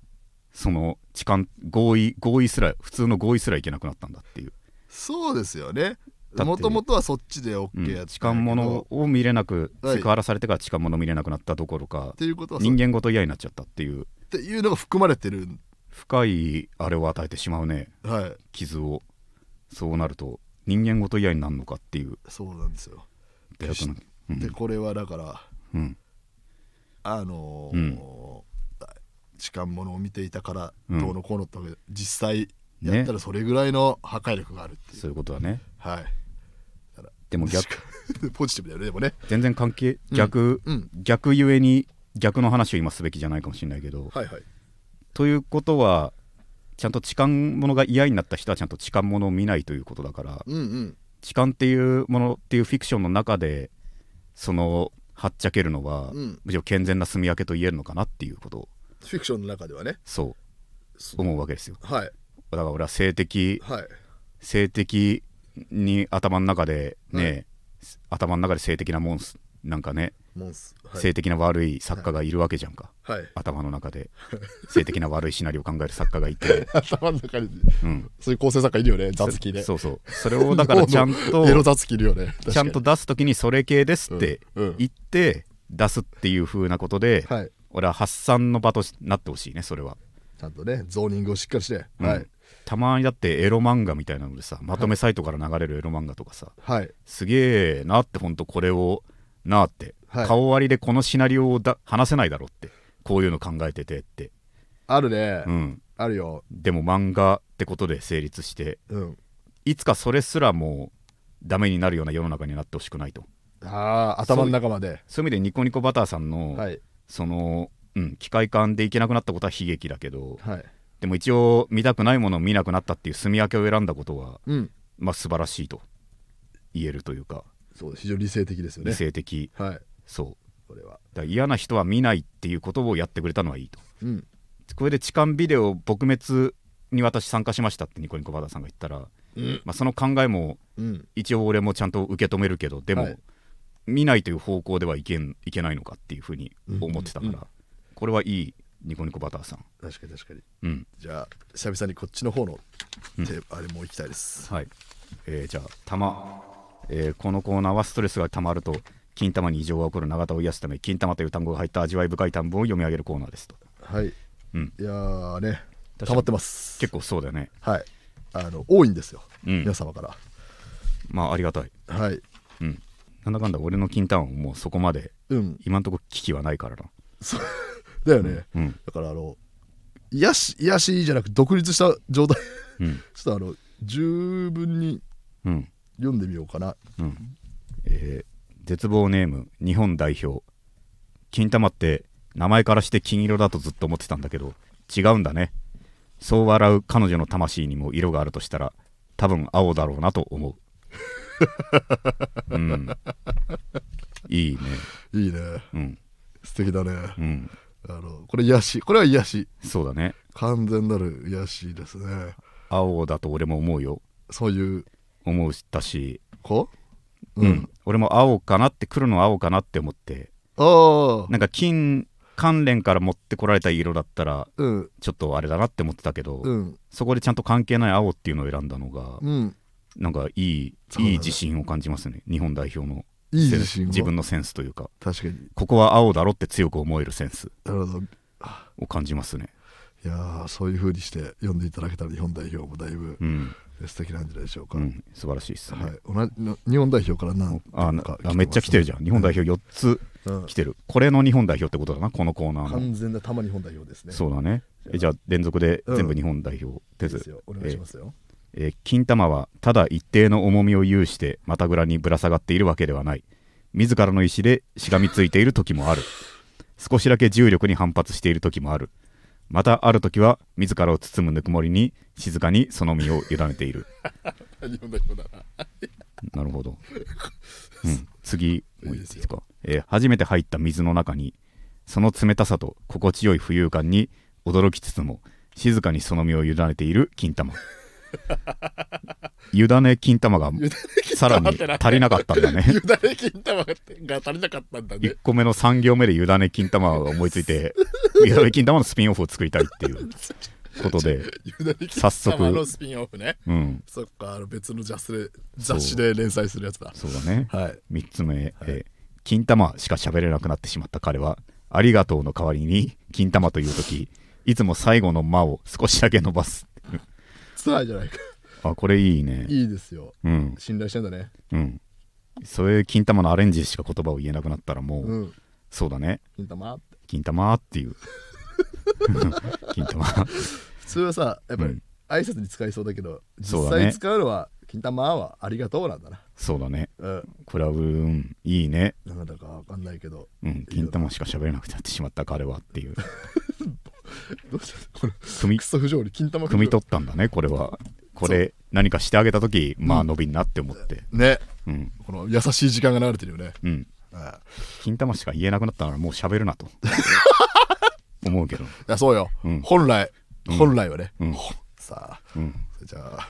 S1: その痴漢合意合意すら普通の合意すらいけなくなったんだっていう
S2: そうですよね
S1: だって
S2: もともとはそっちで OK やったんだけど、
S1: 痴漢物を見れなく
S2: はい
S1: セクハラされてから痴漢物見れなくなったどころか
S2: っていうことはそう
S1: 人間ごと嫌になっちゃったっていう
S2: っていうのが含まれてる
S1: 深いあれを与えてしまうね
S2: はい
S1: 傷をそうなると人間ごと嫌になるのかっていう
S2: そうなんですよ
S1: 大学のう
S2: で
S1: ん
S2: これはだから
S1: うん
S2: あのー痴漢ものを見ていたから
S1: うん
S2: どうのこうのってわけで実際やったらそれぐらいの破壊力があるっていう、
S1: そういうことだね
S2: はい
S1: でも逆
S2: 確か ポジティブだよねでもね
S1: 全然関係逆、
S2: うん
S1: 逆ゆえに逆の話を今すべきじゃないかもしれないけど、
S2: はいはい
S1: ということはちゃんと痴漢ものが嫌になった人はちゃんと痴漢ものを見ないということだから
S2: うんうん
S1: 痴漢っていうものっていうフィクションの中でそのはっちゃけるのは、
S2: うん
S1: むしろ健全な住み分けと言えるのかなっていうことを
S2: フィクションの中ではね
S1: そう
S2: そう
S1: 思うわけですよ
S2: はい
S1: だから俺は性的
S2: はい
S1: 性的に頭の中でね、
S2: はい
S1: 頭の中で性的なもんすなんかね、
S2: モンスは
S1: 性的な悪い作家がいるわけじゃんか、
S2: はい
S1: 頭の中で性的な悪いシナリオを考える作家がい て、
S2: 頭の中に
S1: うん、
S2: そういう構成作家いるよね雑記で
S1: そうそうそれをだからちゃんと
S2: エロ雑記いるよね
S1: ちゃんと出す時にそれ系ですって
S2: うんうん
S1: 言って出すっていう風なことで、
S2: 確かにはい
S1: 俺は発散の場としなってほしいねそれは、
S2: ちゃんとねゾーニングをしっかりして、
S1: うん
S2: はい
S1: たまにだってエロ漫画みたいなのでさまとめサイトから流れるエロ漫画とかさ、
S2: はい
S1: すげえなってほんとこれをなあって、
S2: はい
S1: 顔割りでこのシナリオをだ話せないだろってこういうの考えててって、
S2: あるね、
S1: うん、
S2: あるよ
S1: でも漫画ってことで成立して
S2: うん
S1: いつかそれすらもうダメになるような世の中になってほしくないと
S2: あー頭の中まで
S1: そういう意味でニコニコバターさんの、
S2: はい
S1: その、うん、機械感でいけなくなったことは悲劇だけど
S2: はい
S1: でも一応見たくないものを見なくなったっていう住み分けを選んだことは
S2: うん
S1: まあ素晴らしいと言えるというか
S2: そう非常に理性的ですよね
S1: 理性的
S2: はい
S1: そう
S2: これは
S1: だから嫌な人は見ないっていうことをやってくれたのはいいと
S2: うん
S1: これで痴漢ビデオ撲滅に私参加しましたってニコニコバターさんが言ったら、
S2: うん
S1: まあ、その考えも
S2: うん
S1: 一応俺もちゃんと受け止めるけどでも、
S2: はい
S1: 見ないという方向ではいけんいけないのかっていうふうに思ってたから、
S2: うんうんう
S1: これはいいニコニコバターさん
S2: 確かに確かに
S1: うん
S2: じゃあ久々にこっちの方のテーマあれもう行きたいです、
S1: はい、えーじゃあ玉、えーこのコーナーはストレスがたまると金玉に異常が起こる永田を癒すため金玉という単語が入った味わい深い単語を読み上げるコーナーですと
S2: はい、
S1: うん
S2: いやーね
S1: 確かに
S2: 溜まってます
S1: 結構そうだよね
S2: はいあの多いんですよ、
S1: うん
S2: 皆様から
S1: まあありがたい
S2: はい
S1: うんなんだかんだ俺の金玉ももうそこまで
S2: うん
S1: 今んとこ危機はないからな
S2: そうだよね、
S1: うん
S2: だからあの癒し癒しじゃなく独立した状態
S1: うん
S2: ちょっとあの十分に
S1: うん
S2: 読んでみようかな
S1: うんえー絶望ネーム日本代表金玉って名前からして金色だとずっと思ってたんだけど違うんだねそう笑う彼女の魂にも色があるとしたら多分青だろうなと思ううんいいね
S2: いいね
S1: うん
S2: 素敵だね、
S1: うん
S2: あのこれ癒しこれは癒し
S1: そうだね
S2: 完全なる癒しですね
S1: 青だと俺も思うよ
S2: そういう
S1: 思うしたし
S2: 子
S1: うん、俺も青かなって黒の青かなって思って
S2: ああ
S1: なんか金関連から持ってこられた色だったら
S2: うん
S1: ちょっとあれだなって思ってたけど、
S2: うん
S1: そこでちゃんと関係ない青っていうのを選んだのが、
S2: うん
S1: なんかいい、
S2: そうだね
S1: いい自信を感じますね、日本代表の
S2: いい自信を
S1: 自分のセンスというか、
S2: 確かに
S1: ここは青だろって強く思えるセンス
S2: なるほど
S1: を感じますね。
S2: いやーそういう風にして読んでいただけたら日本代表もだいぶ
S1: うん、
S2: 素敵なんじゃないでしょうか、
S1: うん、素晴らしいですね、
S2: はい、同じの日本代表から何
S1: あ
S2: 点
S1: な
S2: か
S1: あめっちゃ来てるじゃん日本代表4つ
S2: 表、うん
S1: 来てるこれの日本代表ってことだなこのコーナーの
S2: 完全な玉日本代表ですね
S1: そうだねえじゃあ連続で全部日本代表手
S2: です
S1: ず
S2: よお願いしますよ、
S1: えー金玉はただ一定の重みを有してまたぐらにぶら下がっているわけではない自らの意思でしがみついている時もある少しだけ重力に反発している時もあるまたある時は自らを包むぬくもりに静かにその身を委ねている
S2: 日本代表だな
S1: なるほ ど、うん、次もういい
S2: い
S1: で
S2: いですすよ
S1: かえー初めて入った水の中にその冷たさと心地よい浮遊感に驚きつつも静かにその身を委ねている金 玉委ね金玉が さ らに足りなかったんだね
S2: ユダレ金玉が足りなかったんだね
S1: 1個目の3行目で「ゆだね金玉」が思いつい て「ゆだね金玉」のスピンオフを作りたいっていうこと で、
S2: ユダレ金
S1: 早速
S2: 玉のスピンオフね
S1: うん、
S2: そっかあの別の雑誌で雑誌で連載するやつだ
S1: そうだね
S2: はい
S1: 3つ目、えー金玉しか喋れなくなってしまった彼は「ありがとう」の代わりに「金玉」という時いつも最後の「間」を少しだけ伸ばす
S2: ツアーじゃないか
S1: あこれいいね
S2: いいですよ
S1: うん
S2: 信頼してんだね
S1: うんそれ金玉のアレンジしか言葉を言えなくなったらもう、
S2: うん
S1: そうだね
S2: 金玉って
S1: 金玉っていう 金玉
S2: 普通はさやっぱ
S1: うん
S2: り挨拶に使いそうだけど、
S1: そう
S2: 実
S1: だね
S2: 際使うのは「金玉」は「ありがとう」なんだな
S1: そうだね
S2: うん
S1: これはうんいいね
S2: なんだかわかんないけど
S1: うん金玉しか喋れなくなってしまった彼はっていう
S2: どうしたこれ
S1: 組
S2: クソ不条理金玉
S1: 汲み取ったんだねこれはこれ何かしてあげた時まあ伸びんなって思って
S2: ね
S1: うん
S2: この優しい時間が流れてるよね
S1: うん
S2: あ
S1: 金玉しか言えなくなったならもう喋るなと思うけど、
S2: いやそうよ、
S1: うん
S2: 本来本来はね、
S1: うん
S2: ほさあ
S1: うん、
S2: じゃあ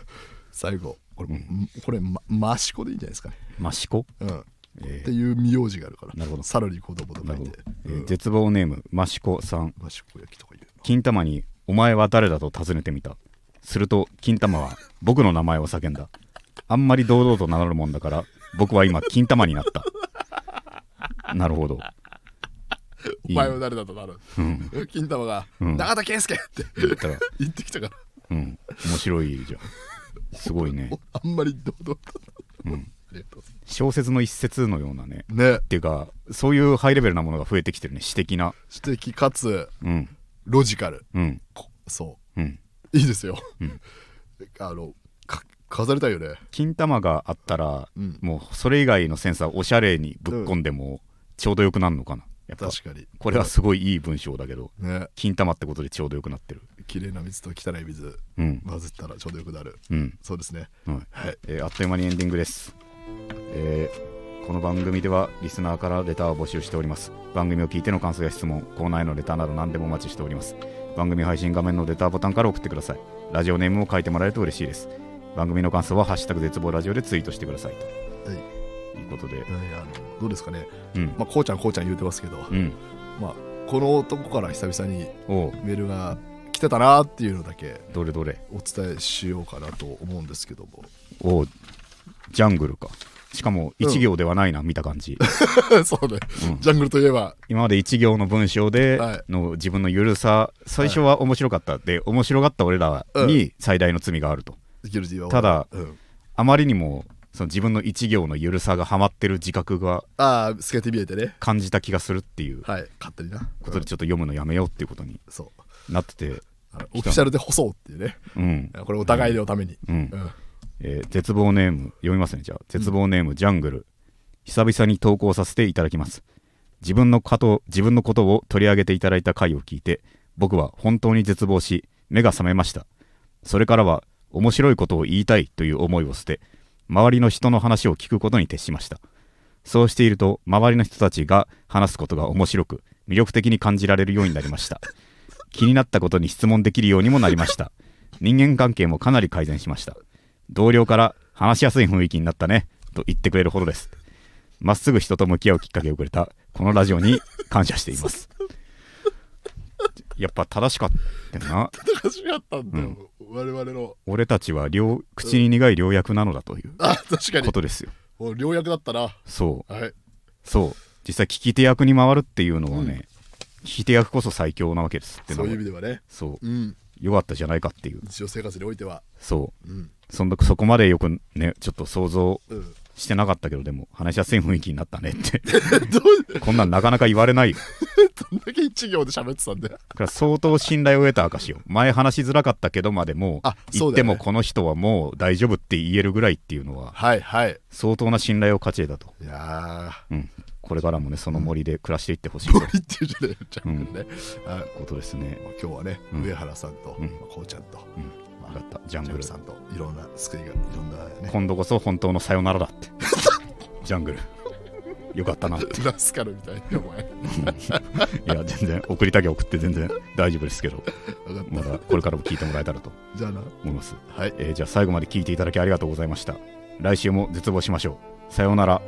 S2: 最後これ,、これまマシコでいいんじゃないですかね、
S1: マシコ、
S2: うん
S1: え
S2: っていう名字があるから
S1: なるほど
S2: サルリコドボと
S1: ーな
S2: 書
S1: る
S2: い
S1: ほ
S2: て
S1: ど、えー絶望ネームマシコさん
S2: マシコ焼きとか言う
S1: 金玉に「お前は誰だ?」と尋ねてみたすると金玉は僕の名前を叫んだあんまり堂々と名乗るもんだから僕は今金玉になったなるほどい
S2: お
S1: い
S2: 前は誰だとなる、金玉が、
S1: うん
S2: 永田圭介って
S1: 言ったら
S2: 言ってきたから
S1: うん面白いじゃんすごいね
S2: おあんまり堂々と、ありがとうござい
S1: 小説の一節のようなね
S2: ますね
S1: っていうかそういうハイレベルなものが増えてきてるね詩的な
S2: 知的かつ
S1: うん
S2: ロジカル
S1: うん
S2: こそ
S1: うん
S2: ういいですよ、 あのか飾りたいよね
S1: 金玉があったら、
S2: うん
S1: もうそれ以外のセンサーおしゃれにぶっ込んでもちょうどよくなるのかなやっぱ
S2: 確かに
S1: これはすごいいい文章だけど
S2: ね
S1: 金玉ってことでちょうどよくなってる
S2: 綺麗な水と汚い水
S1: うん
S2: 混ぜたらちょうどよくなる
S1: うん
S2: そうですね
S1: はい
S2: はい
S1: えーあっという間にエンディングです、えーこの番組ではリスナーからレターを募集しております番組を聞いての感想や質問コーナーへのレターなど何でもお待ちしております番組配信画面のレターボタンから送ってくださいラジオネームを書いてもらえると嬉しいです番組の感想は「ハッシュタグ絶望ラジオ」でツイートしてくださいと
S2: はい
S1: いうことで
S2: いやいやあのどうですかね、
S1: うん、
S2: まあ、こうちゃんこうちゃん言うてますけど、
S1: うん
S2: まあ、この男から久々に
S1: おう
S2: メールが来てたなっていうのだけ
S1: どれどれ
S2: お伝えしようかなと思うんですけども
S1: おうジャングルかしかも1行ではないな、見た感じ
S2: そうね、ジャングルといえば
S1: 今まで一行の文章で
S2: はい
S1: の自分のゆるさ最初は面白かったで面白がった俺らに最大の罪があると
S2: ギルディは
S1: ただ
S2: うん、
S1: あまりにもその自分の一行のゆるさがハマってる自覚が
S2: ああ透けて見えてね
S1: 感じた気がするっていう
S2: はい勝手にな
S1: ことでちょっと読むのやめようっていうことに
S2: うんそう
S1: なってて
S2: あのオフィシャルで細うっていうね
S1: うん
S2: これお互いのために、
S1: うん
S2: うん
S1: えー絶望ネーム読みますねじゃあ絶望ネームジャングル久々に投稿させていただきます自分のこと自分のことを取り上げていただいた回を聞いて僕は本当に絶望し目が覚めましたそれからは面白いことを言いたいという思いを捨て周りの人の話を聞くことに徹しましたそうしていると周りの人たちが話すことが面白く魅力的に感じられるようになりました気になったことに質問できるようにもなりました人間関係もかなり改善しました同僚から話しやすい雰囲気になったねと言ってくれるほどですまっすぐ人と向き合うきっかけをくれたこのラジオに感謝していますやっぱ正しかったよな
S2: 正しかったんだよ、我々の
S1: 俺たちは両口に苦い良薬なのだという
S2: あ確かに
S1: ことですよ
S2: もう良薬だったな
S1: そう
S2: はい
S1: そう実際聞き手役に回るっていうのはね、引いて役こそ最強なわけですっての
S2: そう
S1: は
S2: いう意味ではね
S1: そう
S2: うん
S1: 良かったじゃないかっていう
S2: 日常生活においては
S1: そ
S2: うん
S1: うそんなそこまでよくねちょっと想像
S2: うん
S1: してなかったけどでも話しやすい雰囲気になったねって
S2: どうど
S1: こんなんなかなか言われないよ
S2: んだけ一行で喋ってたんだよ
S1: だから相当信頼を得た証よ前話しづらかったけどまでも
S2: あ
S1: 言
S2: そう
S1: っ
S2: だ
S1: て
S2: よね
S1: もこの人はもう大丈夫って言えるぐらいっていうのは
S2: はいはい
S1: 相当な信頼を勝ち得たと、
S2: いやー
S1: うん、これからもねその森で暮らしていってほしい
S2: ど
S1: と
S2: う
S1: い
S2: 言ってるじゃないちゃんくんね、あ
S1: うことですね
S2: 今日はね、
S1: うん
S2: 上原さんと、
S1: うん
S2: こうちゃんと、
S1: うん
S2: ま
S1: 分か
S2: あ
S1: ったジャン
S2: ジ
S1: グ
S2: ャング
S1: ル
S2: ルさんといろんな救いがいろんなね
S1: 今度こそ本当のさよならだってジャングルよかったなって
S2: ラスカルみた いなお前
S1: いや全然送りたけ送って全然大丈夫ですけど
S2: 分か
S1: ま
S2: った
S1: だこれからも聞いてもらえたらと
S2: じゃあな
S1: 思います、
S2: はい
S1: えーじゃあ最後まで聞いていただきありがとうございました来週も絶望しましょうさようなら